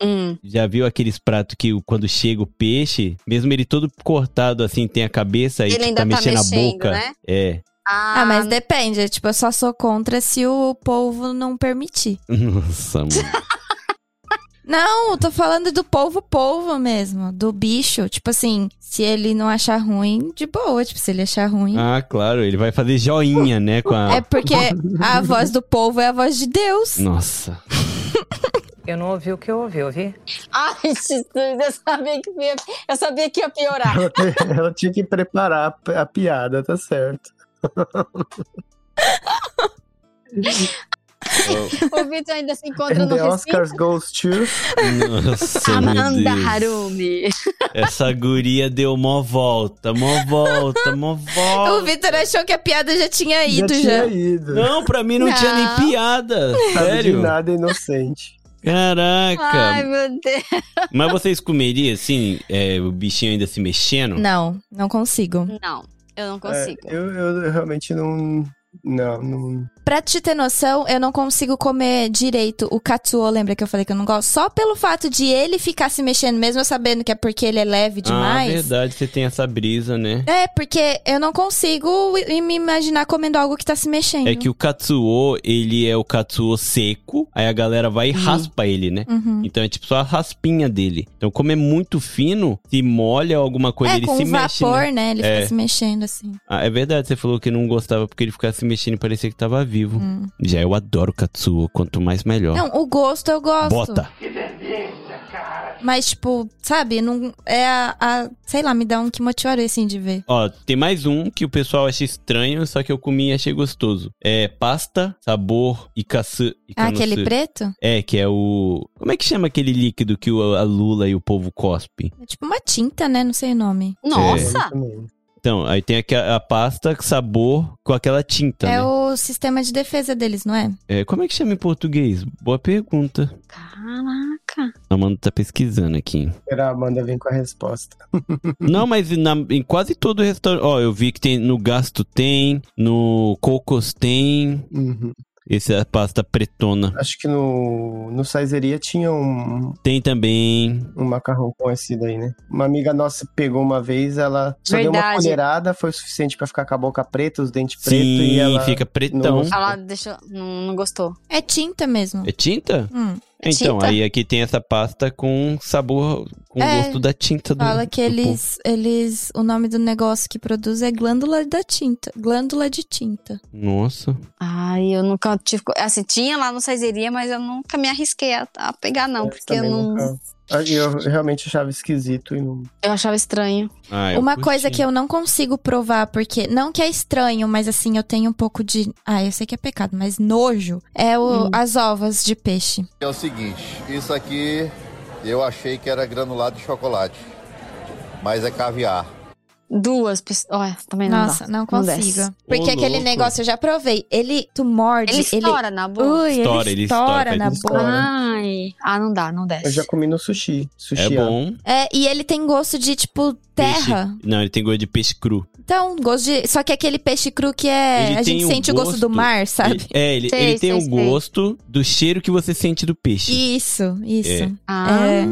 Hum.
Já viu aqueles pratos que o- quando chega o peixe, mesmo ele todo cortado assim, tem a cabeça e
Ele
tipo,
ainda
tá,
tá
mexendo, a
mexendo,
boca?
né?
É.
Ah, mas depende. é, Tipo, eu só sou contra se o polvo não permitir.
Nossa, mano.
Não, eu tô falando do polvo polvo mesmo, do bicho. Tipo assim, se ele não achar ruim, de boa. Tipo, se ele achar ruim.
ah, claro, ele vai fazer joinha, né? Com a...
É porque a voz do polvo é a voz de Deus.
Nossa.
Eu não ouvi o que eu ouvi, ouvi?
Ai, Jesus, eu sabia que ia, eu sabia que ia piorar.
Ela, te- ela tinha que preparar a pi- a piada, tá certo.
o Vitor ainda se encontra
And
no
the Oscars
Recife.
goes to.
Nossa, meu
Amanda
Deus.
Harumi.
Essa guria deu mó volta, mó volta, mó volta.
O Vitor achou que a piada já tinha ido já.
Não, pra mim não, tinha nem piada.
Sabe
sério.
de nada inocente.
Caraca.
Ah.
Ai, meu Deus.
Mas vocês comeriam, assim, é, o bichinho ainda se mexendo?
Não, não consigo.
Não, eu não
É, eu, eu realmente não. Não, não.
Pra te ter noção, eu não consigo comer direito o katsuo, lembra que eu falei que eu não gosto? Só pelo fato de ele ficar se mexendo, mesmo eu sabendo que é porque ele é leve
Ah,
demais.
verdade, você tem essa brisa, né?
é, porque eu não consigo i- i- me imaginar comendo algo que tá se mexendo.
É que o Katsuo, ele é o Katsuo seco, aí a galera vai e raspa ele, né?
Uhum.
Então é tipo só a raspinha dele. Então, como é muito fino, se molha alguma coisa,
é,
ele
com
se
o
mexe.
vapor, né? Ele
é.
fica se mexendo assim.
Ah, é verdade, você falou que não gostava porque ele ficava se mexendo e parecia que tava vivo.
Hum.
Já eu adoro Katsuo, quanto mais melhor.
Não, o gosto eu gosto.
Bota.
Mas, tipo, sabe, não. É a. a- sei lá, me dá um kimochiori assim de ver.
Ó, tem mais um que o pessoal acha estranho, só que eu comi e achei gostoso. É pasta, sabor e caçã.
Ah, aquele preto?
É, que é o. Como é que chama aquele líquido que o- a Lula e o povo cospe?
É tipo uma tinta, né? Não sei o nome.
É.
Nossa! Então, aí tem aqui a, a pasta, sabor com aquela tinta,
É
né?
o sistema de defesa deles, não é?
É, como é que chama em português? Boa pergunta.
Caraca.
A Amanda tá pesquisando aqui.
Era a Amanda vir com a resposta.
Não, mas na- em quase todo restaurante. Ó, eu vi que tem no Gasto tem, no Cocos tem.
Uhum.
Essa é a pasta pretona.
Acho que no, no Saizeria tinha um.
Tem também.
Um macarrão com esse daí, né? Uma amiga nossa pegou uma vez, ela só deu uma
Verdade.
colherada, foi o suficiente pra ficar com a boca preta, os dentes
Sim,
pretos e ela.
fica pretão.
não-
Ela deixou, não, não gostou.
É tinta mesmo.
É tinta?
Hum.
Então,
Tinta.
aí aqui tem essa pasta com sabor, com
É,
gosto da tinta do.
Fala que
do
eles, eles. O nome do negócio que produz é glândula da tinta. Glândula de tinta.
povo. Nossa.
Ai, eu nunca tive. co- Assim, tinha lá no Saizeria, mas eu nunca me arrisquei a, a pegar, não. porque eu
É, também
não.
nunca- Ah, Eu realmente achava esquisito e não.
Eu achava estranho.
Ah,
Uma coisa que eu não consigo provar, porque. Não que é estranho, mas assim, eu tenho um pouco de. Ah, eu sei que é pecado, mas nojo. É o-
Hum.
as ovas de peixe.
É o seguinte, isso aqui eu achei que era granulado de chocolate, mas é caviar.
Duas pessoas. Olha, também não
Nossa,
dá.
não
desce.
consigo. Porque aquele
louco.
negócio, eu já provei. Ele, tu morde.
Ele estoura na boca.
Ui, ele
Estoura, ele estoura,
estoura na
ele
boca.
Ai. Ah, não dá, não
Eu
desce.
já comi no sushi. sushi
É
ó.
bom.
É, e ele tem gosto de, tipo, terra.
Não, ele tem gosto de peixe cru.
Então, gosto de. Só que aquele peixe cru que é.
Ele
a
tem
gente sente o gosto, do mar, sabe?
Ele- é, ele,
Sei,
ele tem
sei,
o
sei.
gosto do cheiro que você sente do peixe.
Isso, isso.
É.
Ah.
É.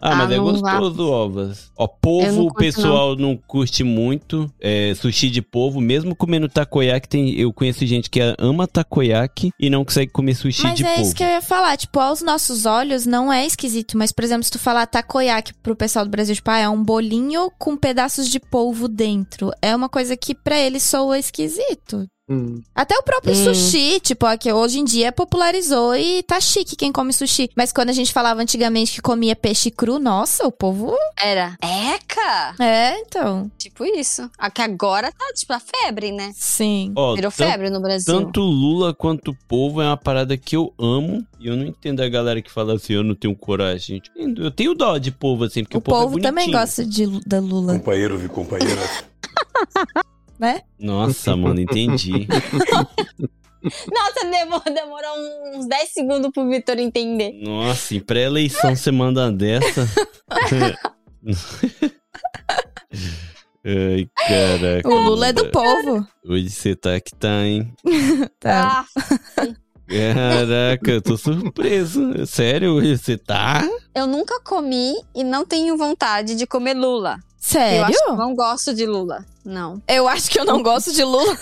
Ah, mas
Ah,
é
não vá.
gostoso, ovas. Ó,
Eu não
polvo, o
curto,
pessoal não. curte muito. É, sushi de polvo, mesmo comendo takoyaki, tem, eu conheço gente que ama takoyaki e não consegue comer sushi
Mas
de
é
polvo.
isso que eu ia falar. Tipo, aos nossos olhos não é esquisito. Mas, por exemplo, se tu falar takoyaki pro pessoal do Brasil, tipo, ah, é um bolinho com pedaços de polvo dentro. É uma coisa que pra ele soa esquisito.
Hum.
Até o próprio
Hum.
sushi, tipo, ó, que hoje em dia popularizou e tá chique quem come sushi. Mas quando a gente falava antigamente que comia peixe cru, nossa, o povo.
Era. Eca!
É, então.
Tipo isso. A que agora tá, tipo, a febre, né?
Sim.
Ó,
Virou
tan-
febre no Brasil.
Tanto Lula quanto polvo é uma parada que eu amo. E eu não entendo a galera que fala assim, eu não tenho coragem. Tipo, Eu tenho dó de polvo, assim, porque o,
O povo
é
também
bonitinho. Hum.
gosta de, da Lula,
Companheiro e companheira.
né?
Nossa, mano, entendi.
Nossa, demorou, demorou uns 10 segundos pro Vitor entender.
Nossa, em pré-eleição você manda uma dessa. Ai, caraca.
O Lula é do povo.
Hoje você tá que tá, hein?
Tá.
Ah,
Caraca, eu tô surpreso. Sério, hoje você tá?
eu nunca comi e não tenho vontade de comer lula. Eu
Sério?
acho que eu não gosto de lula. Não.
Eu acho que eu não gosto de Lula.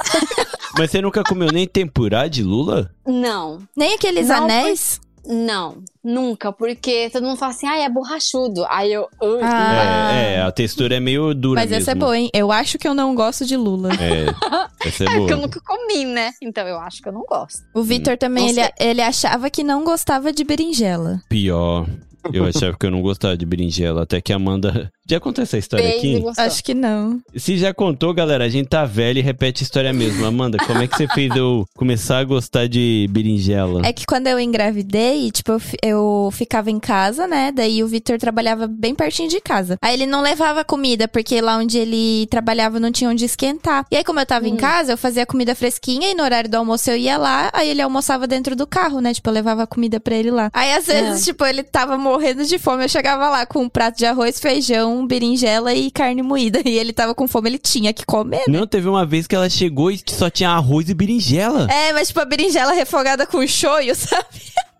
Mas você nunca comeu nem tempurá de Lula?
Não.
Nem aqueles
Não,
anéis?
Não, nunca, porque todo mundo fala assim, ah, é borrachudo. Aí eu.
Ah.
É, é, a textura é meio dura
Mas
mesmo.
essa é boa, hein? Eu acho que eu não gosto de Lula.
É, essa é
É porque eu
boa.
nunca comi, né? Então eu acho que eu não gosto.
O Vitor também,
Não
ele,
sei.
ele achava que não gostava de berinjela.
Pior. Eu achava que eu não gostava de berinjela, até que a Amanda... Já contou essa história
Fez e
aqui?
gostou.
Acho que não.
Se já contou, galera, a gente tá velho e repete a história mesmo. Amanda, como é que você fez eu começar a gostar de berinjela?
É que quando eu engravidei, tipo, eu, fi- eu ficava em casa, né? Daí o Vitor trabalhava bem pertinho de casa. Aí ele não levava comida, porque lá onde ele trabalhava não tinha onde esquentar. E aí, como eu tava em casa, eu fazia comida fresquinha e no horário do almoço eu ia lá, aí ele almoçava dentro do carro, né? Tipo, eu levava a comida pra ele lá. Aí, às vezes, tipo, ele tava morrendo de fome, eu chegava lá com um prato de arroz, feijão, berinjela e carne moída. E ele tava com fome, ele tinha que comer.
Não, teve uma vez que ela chegou e só tinha arroz e berinjela.
É, mas tipo, a berinjela refogada com shoyu, sabe?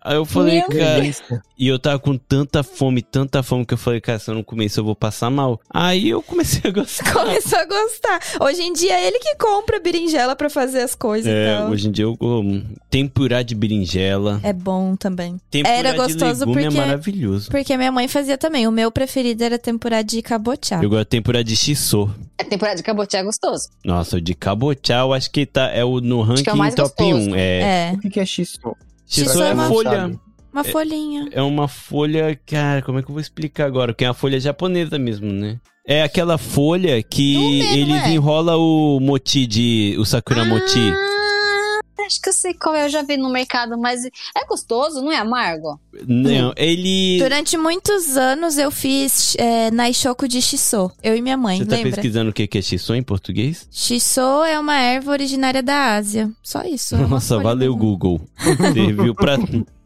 Aí eu falei,
Meu
cara. E eu tava com tanta fome, tanta fome, que eu falei, cara, se eu não comer isso, eu vou passar mal. Aí eu comecei a gostar.
Começou a gostar. Hoje em dia é ele que compra berinjela pra fazer as coisas
É,
então.
hoje em dia eu como tempurá de berinjela.
É bom também.
Tempurá
Era
de
gostoso
legume
porque-
é maravilhoso.
Porque minha mãe fazia também. O meu preferido era tempurá de cabochá.
Eu gosto de tempurá de shiso.
A temporada de cabotiá é gostoso.
Nossa, o de cabochá, eu acho que tá, é o no ranking
que é o mais
top
gostoso.
1. É,
É.
O que que é shiso?
shiso
Shiso
é
é uma-
folha.
Uma folhinha.
É uma folha, cara, como é que eu vou explicar agora? Que é uma folha japonesa mesmo, né? É aquela folha que
Não é, não
eles
é?
enrolam o moti de. o Sakura moti.
Ah, acho que eu sei qual é, eu já vi no mercado, mas é gostoso, não é amargo?
hum.
Não, ele.
Durante muitos anos eu fiz é, naishoko de shiso. Eu e minha mãe,
Você tá
lembra?
pesquisando o que que é shiso em português?
Shiso é uma erva originária da Ásia. Só isso. é uma
Nossa,
folha
valeu,
mesmo.
Google. Serviu pra,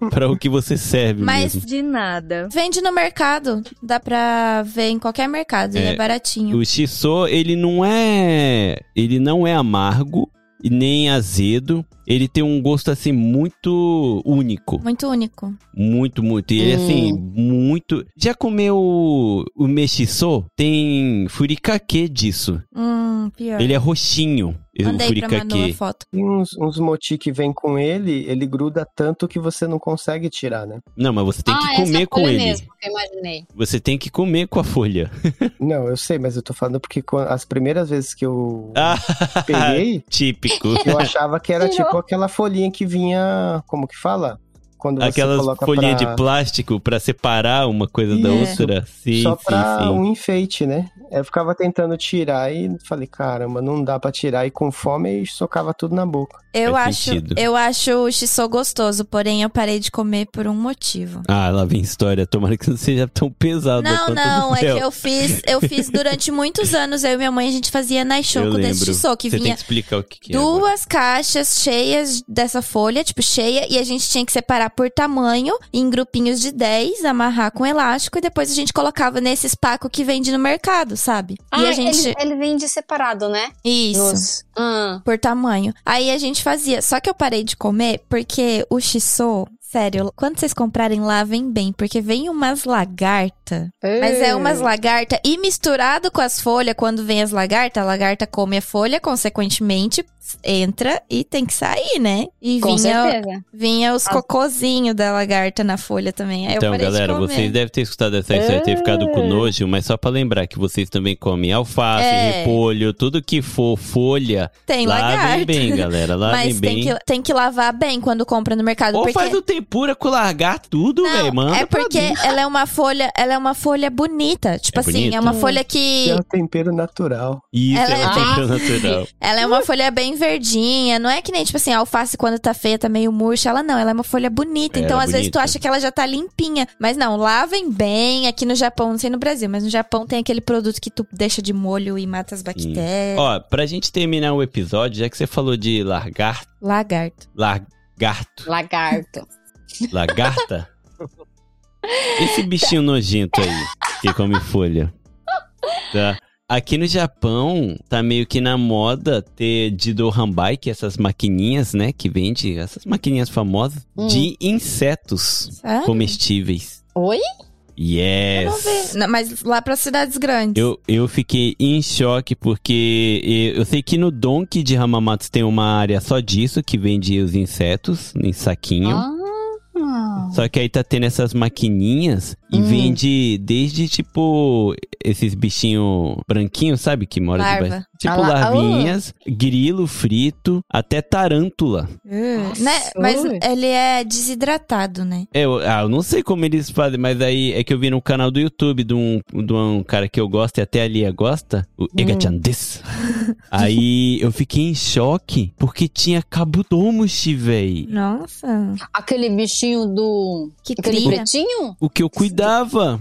pra o que você serve
Mas
mesmo.
De nada.
Vende no mercado. Dá pra ver em qualquer mercado. Ele
É,
é baratinho.
O shiso, ele não é. Ele não é amargo e nem azedo. Ele tem um gosto assim muito único.
Muito único.
Muito, muito. E ele,
Hum.
assim, muito. Já comeu o, o mexissô? Tem furikake disso.
Hum, pior.
Ele é roxinho. o
Mandei pra Manu a
furikake.
foto.
E uns, uns moti que vem com ele, ele gruda tanto que você não consegue tirar, né?
Não, mas você tem
ah,
que
essa
comer com
folha
ele.
mesmo, que eu imaginei.
Você tem que comer com a folha.
Não, eu sei, mas eu tô falando porque quan- as primeiras vezes que eu
Ah,
peguei,
típico.
eu achava que era
Tirou.
tipo aquela folhinha que vinha, como que fala? quando
Aquelas
você coloca
folhinhas
pra-
de plástico pra separar uma coisa da
É.
outra. Sim,
Só
sim,
pra
sim.
um enfeite, né? Eu ficava tentando tirar e falei, caramba, não dá pra tirar. E com fome, eu socava tudo na boca.
Eu
Faz
acho,
sentido.
eu acho o shiso gostoso, porém eu parei de comer por um motivo.
Ah, lá vem história. Tomara que não seja tão pesado.
Não,
quanto
não,
do
é que
meu.
eu fiz, eu fiz durante muitos anos, eu e minha mãe, a gente fazia
Eu
naishoku desse
lembro.
shiso, que
Você tem
vinha
que explicar o que, que é. agora.
duas caixas cheias dessa folha, tipo, cheia, e a gente tinha que separar por tamanho, em grupinhos de 10, amarrar com elástico, e depois a gente colocava nesses pacos que vende no mercado, sabe?
Ah,
e a gente...
ele, ele vende separado, né?
Isso.
Nos- Ah.
Por tamanho. Aí a gente fazia. Só que eu parei de comer porque o shiso, sério, quando vocês comprarem lá, vem bem. Porque vem umas lagarta. Mas é umas lagarta. E misturado com as folhas, quando vem as lagarta, a lagarta come a folha, consequentemente, entra e tem que sair, né? E
Com
vinha,
certeza. Ah.
vinha os cocôzinhos da lagarta na folha também. Aí eu
Então,
parei
galera,
de comer. Ah.
vocês devem ter escutado essa história e ter ficado com nojo, mas só pra lembrar que vocês também comem alface,
É.
repolho, tudo que for folha.
Tem
lavem
lagarta.
bem, galera. Lavem
Mas
bem.
tem que, tem que lavar bem quando compra no mercado.
Ou
porque...
faz o tempura com largar tudo, velho. Manda
É
pra
porque
mim.
ela é uma folha, ela é uma folha bonita. Tipo
É
assim,
bonita?
é uma folha que.
É um tempero natural.
Isso,
Ela
ela
é-
tem que
Ah.
ser natural.
Ela é uma folha bem verdinha. Não é que nem, tipo assim, a alface quando tá feia, tá meio murcha. Ela não, ela é uma folha bonita.
É,
então,
ela é
às vezes, tu
bonita.
acha que ela já tá limpinha. Mas não, lavem bem. Aqui no Japão, não sei no Brasil, mas no Japão tem aquele produto que tu deixa de molho e mata as bactérias.
Ó, pra gente terminar o episódio, já que você falou de largar,
Lagarto.
lagarto,
Lagarto.
lagarta, esse bichinho nojento aí, que come folha, tá? Aqui no Japão, tá meio que na moda ter Jidohanbai, que é essas maquininhas, né, que vende, essas maquininhas famosas,
Hum.
de insetos
Sério?
comestíveis.
Oi?
Yes!
Vamos ver. Não, mas lá para cidades grandes.
Eu, eu fiquei em choque porque eu eu sei que no Donkey de Hamamatsu tem uma área só disso, que vende os insetos em saquinho.
Ah.
Só que aí tá tendo essas maquininhas e
Hum.
vende desde tipo esses bichinhos branquinhos, sabe? Que mora
Larva.
debaixo. Tipo
Ah lá, ah, ô.
larvinhas, grilo frito, até tarântula.
Hum, né? Mas ele é desidratado, né?
É, Eu, ah, eu não sei como eles fazem, mas aí é que eu vi no canal do YouTube de um, de um cara que eu gosto e até a Lia gosta, o Egachan des. aí eu fiquei em choque porque tinha cabudomushi, véi.
Nossa.
Aquele bichinho do.
Que
Aquele
trilha.
pretinho?
O que eu cuidava.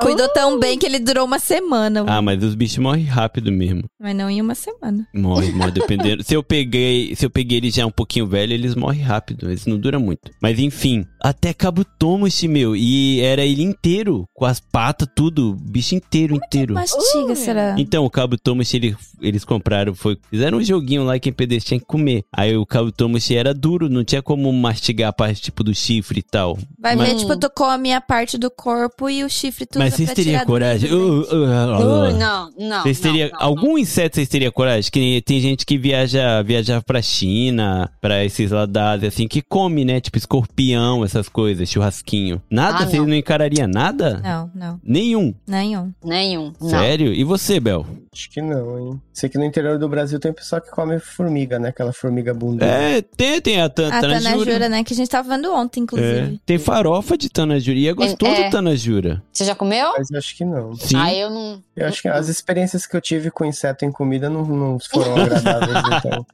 Cuidou tão bem que ele durou uma semana.
Ah, mas os bichos morrem rápido mesmo.
Mas não em uma semana.
Morre, morre, dependendo. se eu peguei, se eu peguei ele já um pouquinho velho, eles morrem rápido, eles não duram muito. Mas enfim, até cabutomushi, meu, e era ele inteiro, com as patas, tudo, o bicho inteiro, inteiro.
Mastiga, será?
Então, o Cabo Tomushi, ele- eles compraram, foi, fizeram um joguinho lá que pedestre tinha que comer. Aí o Cabo Tomushi era duro, não tinha como mastigar a parte tipo do chifre e tal.
Vai
mas,
ver, tipo, tu come a parte do corpo e o chifre tu
Mas
usa
vocês
pra tirar
teriam
do
coragem?
meio do dente.
Uh, uh, uh, uh.
não, não.
Vocês teriam, algum inseto vocês teriam coragem? Que nem- tem gente que viaja, viaja pra China, pra esses ladados, assim, que come, né? Tipo escorpião, essas coisas, churrasquinho. Nada?
Ah,
vocês não.
não.
encarariam nada?
Não, não.
Nenhum.
Nenhum.
Nenhum. não.
Sério? E você, Bel?
Acho que não, hein? Sei que no interior do Brasil tem pessoal que come formiga, né? Aquela formiga bunda.
É, tem, tem a tan-
A Tanajura,
tanajura.
né? Que a gente tava vendo ontem,
É.
inclusive.
Tem farofa de tanajura. E é gostoso
É.
tanajura.
Você já comeu?
Mas eu acho que não.
Sim.
Ah, eu não.
Eu acho que as experiências que eu tive com inseto em comida não, não foram agradáveis, então.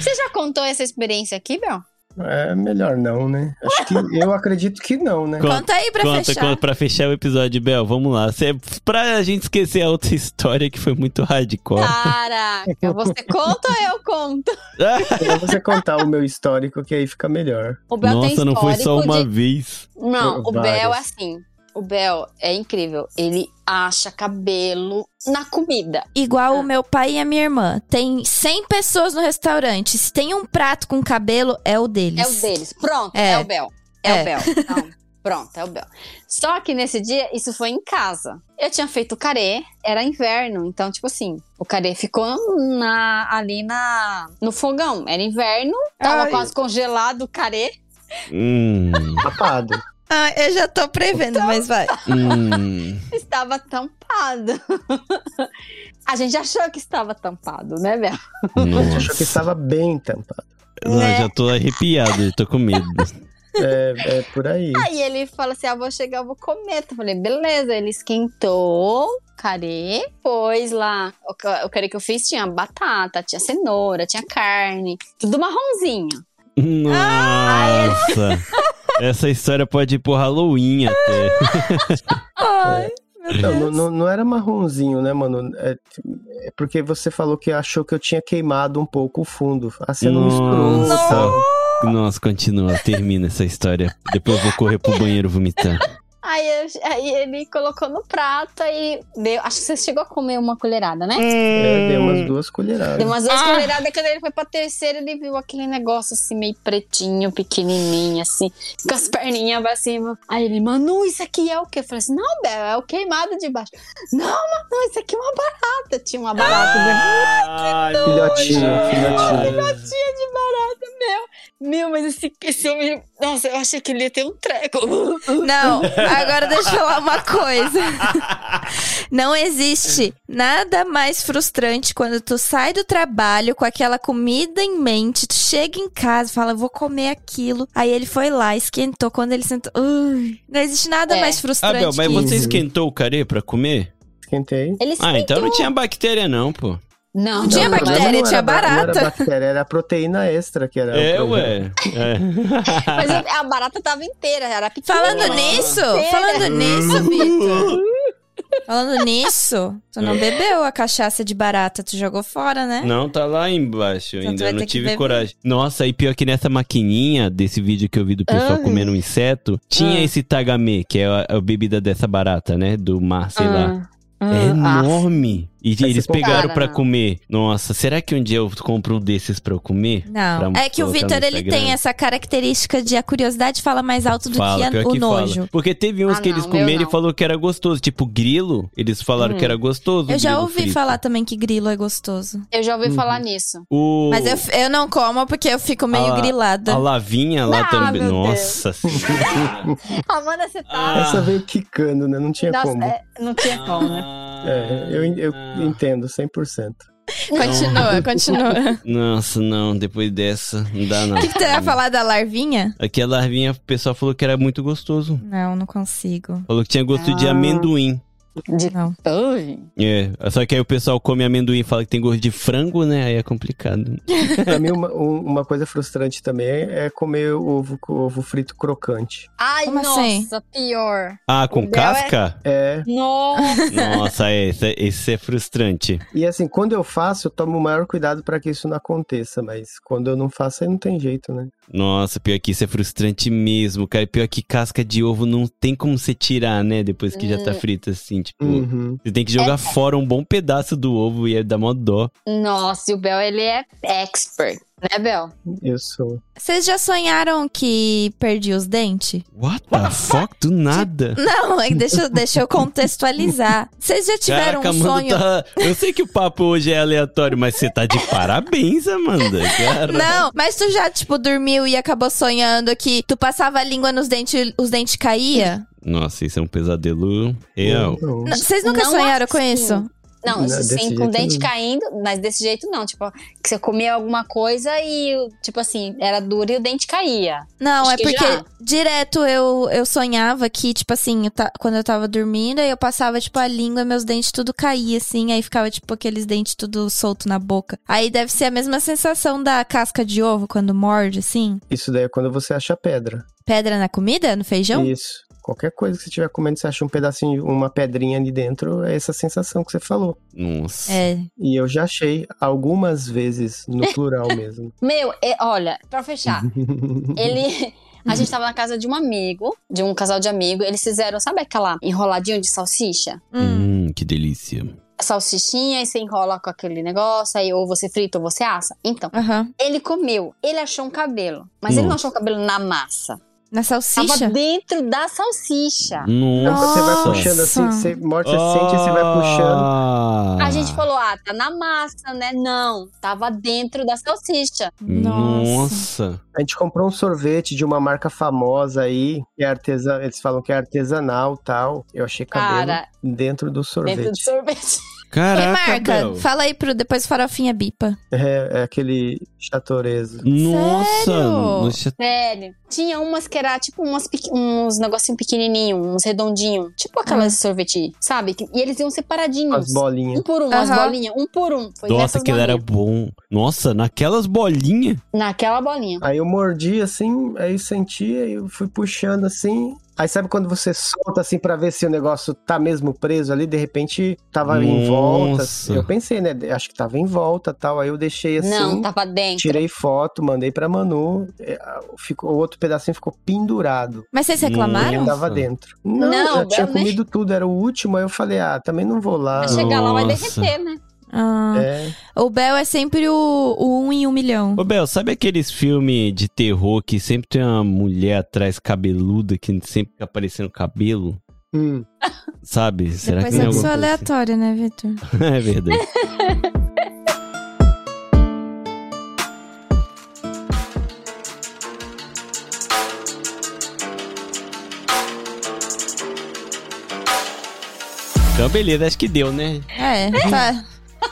Você já contou essa experiência aqui, Bel?
É melhor não, né? Acho que eu acredito que não, né?
Conta
aí pra
conta,
fechar.
Conta pra fechar o episódio, Bel. Vamos lá. Cê, pra gente esquecer a outra história que foi muito hardcore.
Ah, Caraca, você conta ou eu conto?
Ah,
Então você contar o meu histórico, que aí fica melhor.
O Bel tem
Nossa, não foi só
histórico
uma
de-
vez.
Não, o
Várias.
Bel é assim. O Bel é incrível. Ele acha cabelo na comida.
Igual o meu pai e a minha irmã. Tem 100 pessoas no restaurante. Se tem um prato com cabelo, é o deles.
É o deles. Pronto,
É.
é, o Bel. É,
É.
o Bel. Não, pronto, é o Bel. Só que nesse dia, isso foi em casa. Eu tinha feito carê, era inverno, então, tipo assim, o carê ficou na- ali na, no fogão. Era inverno, tava
Ai.
quase congelado o carê.
Hum,
Tapado.
Ah, eu já tô prevendo, mas vai.
hum.
Estava tampado. A gente achou que estava tampado, né, Bel?
A gente achou
Nossa.
que estava bem tampado.
Não,
Né?
hum. Ah, já tô arrepiado, já tô com medo.
É, é por aí.
Aí ele fala assim: ah, vou chegar, eu vou comer. Eu falei, beleza. Ele esquentou o carê, pôs lá. O ca- O carê que eu fiz tinha batata, tinha cenoura, tinha carne, tudo marronzinho.
Nossa! Essa história pode ir pro Halloween até.
Não, não, não- não era marronzinho, né, mano? É, é porque você falou que achou que eu tinha queimado um pouco o fundo. Ah, você não misturou.
Nossa! Nossa, continua, termina essa história. Depois eu vou correr pro banheiro vomitar.
Aí, eu- aí ele colocou no prato e deu. Acho que você chegou a comer uma colherada, né?
É, deu umas duas colheradas.
Deu umas duas
Ah!
colheradas, quando ele foi pra terceira, ele viu aquele negócio assim, meio pretinho, pequenininho, assim, com as perninhas pra cima. Aí ele, Manu, isso aqui é o quê? Eu falei assim, não, Bel, é o queimado de baixo. Não, Manu, isso aqui é uma barata. Tinha uma
Ah!
barata dentro.
Filhotinho, filhotinho.
Filhotinha de barata, meu. Meu, mas esse, esse homem... Nossa, eu achei que ele ia ter um treco.
Não, agora deixa eu falar uma coisa. Não existe nada mais frustrante quando tu sai do trabalho com aquela comida em mente, tu chega em casa e fala, vou comer aquilo. Aí ele foi lá, esquentou. Quando ele sentou. Ui, não existe nada mais frustrante.
Abel, É. Ah, mas
que
você
isso.
esquentou o carê pra comer?
Esquentei.
Ele
Ah, então não tinha bactéria não, pô.
Não,
Não tinha
mas
bactéria,
não
tinha
era ba- não
barata.
era bactéria, era a proteína extra que era.
É,
o problema.
ué. É.
Mas a barata tava inteira, era pequena.
Falando nisso, falando nisso, Vitor. Falando nisso, tu não
É.
bebeu a cachaça de barata, tu jogou fora, né?
Não, tá lá embaixo
Então tu
ainda.
vai
Eu não
ter que
tive
beber.
coragem. Nossa, e pior que nessa maquininha desse vídeo que eu vi do pessoal
Ah.
comendo um inseto, tinha
Ah.
esse tagame, que é a, a bebida dessa barata, né? Do mar, sei lá. É
Ah.
enorme. E eles
com
pegaram
cara,
pra
não.
comer. Nossa, será que um dia eu compro um desses pra eu comer?
Não,
Pra
é que o
colocar no
Vitor ele
Instagram?
tem essa característica de a curiosidade fala mais alto do
Fala,
que a-
pior
o
que fala.
nojo.
Porque teve uns
Ah,
que
não,
eles
meu
comeram e
não.
falou que era gostoso. Tipo, grilo, eles falaram
Hum.
que era gostoso.
Eu já
grilo
ouvi
frito.
falar também que grilo é gostoso.
Eu já ouvi falar
Uhum.
nisso.
O...
Mas é eu, eu não como porque eu fico meio
a,
grilada.
A lavinha lá
Ah,
também.
meu Deus.
Nossa senhora.
Amanda, você tá.
Ah.
Essa veio quicando, né? Não tinha
Nossa,
como.
é, não tinha como, né?
É, eu, eu
Ah.
entendo 100%.
então.
Continua, continua.
Ah. Nossa, não. Depois dessa, não dá não.
O que, que tu ia falar da larvinha?
Aqui a larvinha, o pessoal falou que era muito gostoso.
Não, não consigo.
Falou que tinha gosto de
Ah.
amendoim.
De...
Não.
É, só que aí o pessoal come amendoim e fala que tem gosto de frango, né? Aí é complicado.
pra mim, uma, um- uma coisa frustrante também é comer ovo, ovo frito crocante.
Ai,
Como
nossa,
assim?
pior.
Ah, com
O Bel é-
casca?
É.
Nossa.
Nossa, é, esse, é- esse é frustrante.
E assim, quando eu faço, eu tomo o maior cuidado pra que isso não aconteça, mas quando eu não faço, aí não tem jeito, né?
Nossa, pior que isso é frustrante mesmo, cara. E Pior que casca de ovo não tem como você tirar, né? Depois que já tá
Hum.
frita, assim, tipo.
Uhum.
Você tem que jogar
É.
fora um bom pedaço do ovo e é dar mó dó.
Nossa, e o Bel, ele é expert, né, Bel?
Eu sou.
Vocês já sonharam que perdi os dentes?
What the fuck? Do nada.
Não, é que deixa, eu- deixa eu contextualizar. Vocês já tiveram
Caraca,
um
Amanda
sonho.
tá- Eu sei que o papo hoje é aleatório, mas você tá de parabéns, Amanda. Cara.
Não, mas tu já, tipo, dormiu e acabou sonhando que tu passava a língua nos dentes e os dentes caía?
Nossa, isso é um pesadelo
Hum.
real.
Não, Vocês nunca
Não
sonharam
assim.
com isso?
Não,
Não, desse
sim, com o
jeito
dente
não.
caindo, mas desse jeito não. Tipo, que você comia alguma coisa e, tipo assim, era duro e o dente caía.
Não,
Acho
é
que
porque
já.
direto eu, eu sonhava que, tipo assim, eu ta- quando eu tava dormindo, aí eu passava, tipo, a língua, meus dentes tudo caía, assim, aí ficava, tipo, aqueles dentes tudo solto na boca. Aí deve ser a mesma sensação da casca de ovo quando morde, assim.
Isso daí é quando você acha pedra.
Pedra na comida, no feijão?
Isso. Qualquer coisa que você estiver comendo, você acha um pedacinho, uma pedrinha ali dentro, é essa sensação que você falou.
Nossa.
É.
E eu já achei algumas vezes, no plural mesmo.
Meu, é- olha, pra fechar, ele. A gente tava na casa de um amigo, de um casal de amigo, eles fizeram, sabe aquela enroladinha de salsicha?
Hum, que delícia.
salsichinha e você enrola com aquele negócio, aí ou você frita ou você assa. Então, ele comeu, ele achou um cabelo, mas ele não
Nossa.
achou o cabelo na massa.
Na salsicha?
Tava dentro da salsicha.
Nossa. Ah.
Você vai puxando assim, você morde, você sente, você vai puxando.
puxando.
A gente falou, ah, tá na massa, né? Não, tava dentro da salsicha.
Nossa.
A gente comprou um sorvete de uma marca famosa aí, que é artesanal, eles falam que é artesanal tal. Eu achei cabelo
Cara,
dentro do sorvete.
Dentro do sorvete.
Caraca,
Remarca,
Bel.
fala aí pro depois farofinha bipa.
É, é aquele chatorezo.
Nossa! no cha-
Sério. Tinha umas que era tipo umas pequ- uns negocinho pequenininho, uns redondinho. Tipo aquelas sorvete, sabe? Que- E eles iam separadinhos.
Hum. As bolinhas.
Um por um, as
Aham.
bolinhas. Um por um. Foi
Nossa,
nessas
aquilo
bolinhas.
era bom. Nossa, naquelas bolinhas.
Naquela bolinha.
Aí eu mordi assim, aí senti, aí eu fui puxando assim. Aí sabe quando você solta assim pra ver se o negócio tá mesmo preso ali, de repente tava em volta.
Nossa.
Eu pensei, né? Acho que tava em volta tal. Aí eu deixei assim.
Não, tava dentro.
Tirei foto, mandei pra Manu. é, Ficou, o outro pedacinho ficou pendurado.
Mas vocês reclamaram?
Ele tava dentro. Não,
Não,
eu tinha
eu nem-
comido tudo, era o último. Aí eu falei, ah, também não vou lá.
Vai chegar lá, vai Nossa. derreter,
né?
Ah.
É.
O Bel é sempre o, o um em um milhão.
Ô, Bel, sabe aqueles filmes de terror que sempre tem uma mulher atrás cabeluda que sempre fica aparecendo cabelo?
Hum.
Sabe? Será
Pois
que
é
não é
pessoa
alguma coisa
aleatória, né, Vitor?
assim? É verdade. Então, beleza, acho que deu, né?
É, tá.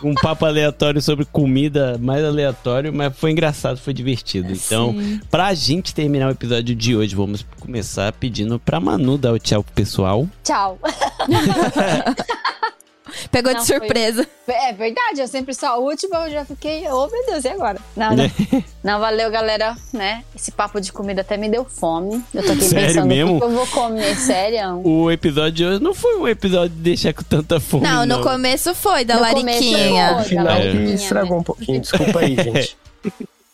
um papo aleatório sobre comida mais aleatório, mas foi engraçado, foi divertido. Então,
Sim.
pra gente terminar o episódio de hoje, vamos começar pedindo pra Manu dar o tchau pro pessoal.
Tchau.
Pegou
Não,
de
foi-
surpresa.
É verdade, eu sempre sou a última, eu já fiquei, oh meu Deus, e agora? Não, não. Não, valeu, galera, né? Esse papo de comida até me deu fome. Eu tô aqui
Sério
pensando
mesmo?
o que que eu vou comer, sério.
O episódio de hoje não foi um episódio de deixar com tanta fome.
Não,
Não,
no começo foi, da
No começo
Lariquinha.
No final que estragou um pouquinho, desculpa aí, gente.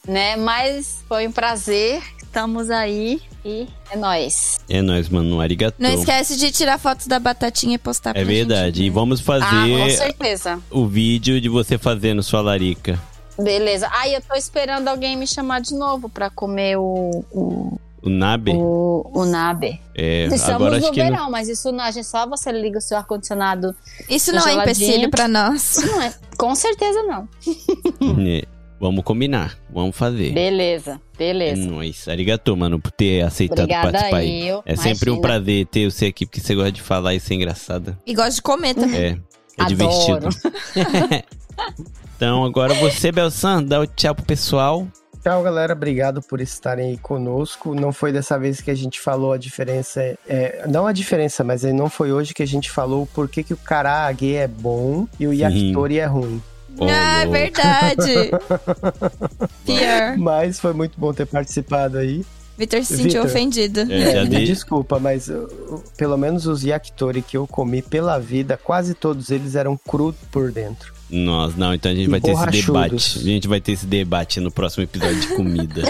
Né? Mas foi um prazer. Estamos aí e é nóis.
É nóis, Manu, arigato.
Não esquece de tirar fotos da né? batatinha e postar pra
Então. É verdade. E vamos
Ah, com
fazer
certeza.
o vídeo de você fazendo sua larica.
Beleza. Ai, eu tô esperando alguém me chamar de novo pra comer o, o,
O Nabe?
o, o nabe.
É,
Estamos
agora acho
no
que.
verão,
não-
mas isso não, a gente só você liga o seu ar-condicionado.
Isso não é
Tá geladinho.
empecilho pra nós.
Isso não é. Com certeza não.
É, Vamos combinar, vamos fazer.
Beleza,
É
beleza.
nóis. Arigato, mano, por ter aceitado
Obrigada
participar aí.
Tá eu,
É sempre um
imagina.
prazer ter você aqui, porque você gosta de falar e ser engraçada.
E gosta de comer também.
É, é divertido. Então, agora você, Belsan, dá o tchau pro pessoal.
Tchau, galera. Obrigado por estarem aí conosco. Não foi dessa vez que a gente falou a diferença. é, não a diferença, mas aí não foi hoje que a gente falou por que, que o karaage é bom e o yakitori é ruim.
Uhum.
Ah, é verdade. Pior.
Mas foi muito bom ter participado aí.
Vitor se sentiu
Vitor.
ofendido.
É, me Desculpa, mas uh, uh, pelo menos os yakitori que eu comi pela vida, quase todos eles eram cru por dentro.
Nós, não, então a gente vai ter esse debate.
Borrachudos.
A gente vai ter esse debate no próximo episódio de comida.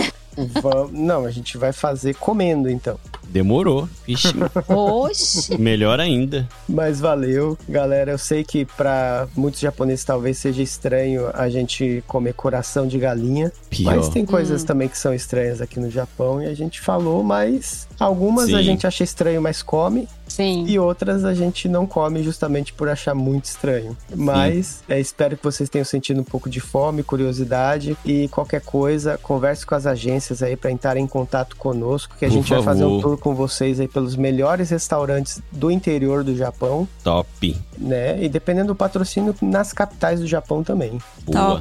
Vam- não, a gente vai fazer comendo então.
Demorou. Ixi,
Oxi.
melhor ainda.
Mas valeu, galera. Eu sei que pra muitos japoneses talvez seja estranho a gente comer coração de galinha,
Pior.
mas tem coisas
Hum.
também que são estranhas aqui no Japão e a gente falou, mas algumas a
Sim.
gente acha estranho, mas come.
Sim.
E outras a gente não come justamente por achar muito estranho. Mas é, espero que vocês tenham sentido um pouco de fome, curiosidade e qualquer coisa, converse com as agências aí pra entrar em contato conosco, que a
Por
gente vai fazer
favor.
um tour com vocês aí pelos melhores restaurantes do interior do Japão
Top.
né? E dependendo do patrocínio, nas capitais do Japão também.
Boa.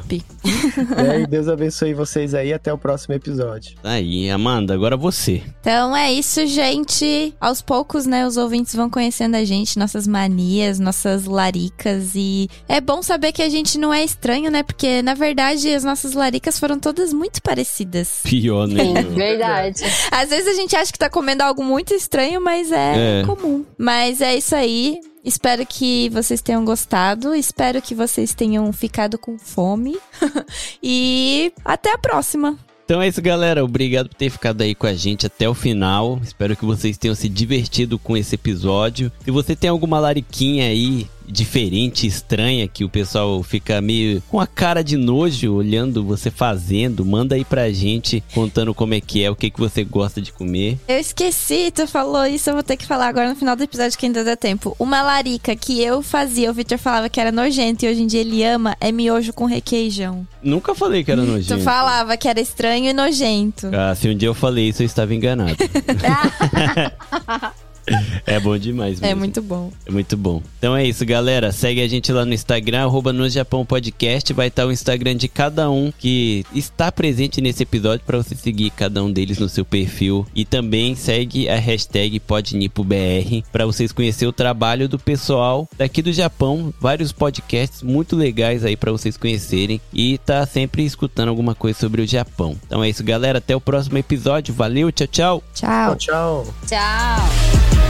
Né? E Deus abençoe vocês aí. Até o próximo episódio.
Aí, Amanda, agora você.
Então é isso, gente. Aos poucos, né, os ouvintes vão conhecendo a gente, nossas manias, nossas laricas. E é bom saber que a gente não é estranho, né? Porque, na verdade, as nossas laricas foram todas muito parecidas.
Pior, né? meu?
Verdade.
Às vezes a gente acha que tá comendo algo muito estranho, mas é,
É.
comum. Mas é isso aí. Espero que vocês tenham gostado. Espero que vocês tenham ficado com fome. e até a próxima.
Então é isso, galera. Obrigado por ter ficado aí com a gente até o final. Espero que vocês tenham se divertido com esse episódio. Se você tem alguma lariquinha aí diferente, estranha, que o pessoal fica meio com a cara de nojo olhando você fazendo, manda aí pra gente contando como é que é, o que, que você gosta de comer.
Eu esqueci, tu falou isso, eu vou ter que falar agora no final do episódio que ainda dá tempo. Uma larica que eu fazia, o Victor falava que era nojento e hoje em dia ele ama, é miojo com requeijão.
Nunca falei que era nojento.
Tu falava que era estranho e nojento.
Ah, se um dia eu falei isso, eu estava enganado. É bom demais mesmo.
É muito bom.
É muito bom. Então é isso, galera. Segue a gente lá no Instagram, arroba no Japão Podcast. Vai estar o Instagram de cada um que está presente nesse episódio para você seguir cada um deles no seu perfil. E também segue a hashtag PodNipoBR para vocês conhecerem o trabalho do pessoal daqui do Japão. Vários podcasts muito legais aí para vocês conhecerem e tá sempre escutando alguma coisa sobre o Japão. Então é isso, galera. Até o próximo episódio. Valeu, tchau, tchau.
Tchau.
Tchau.
Tchau.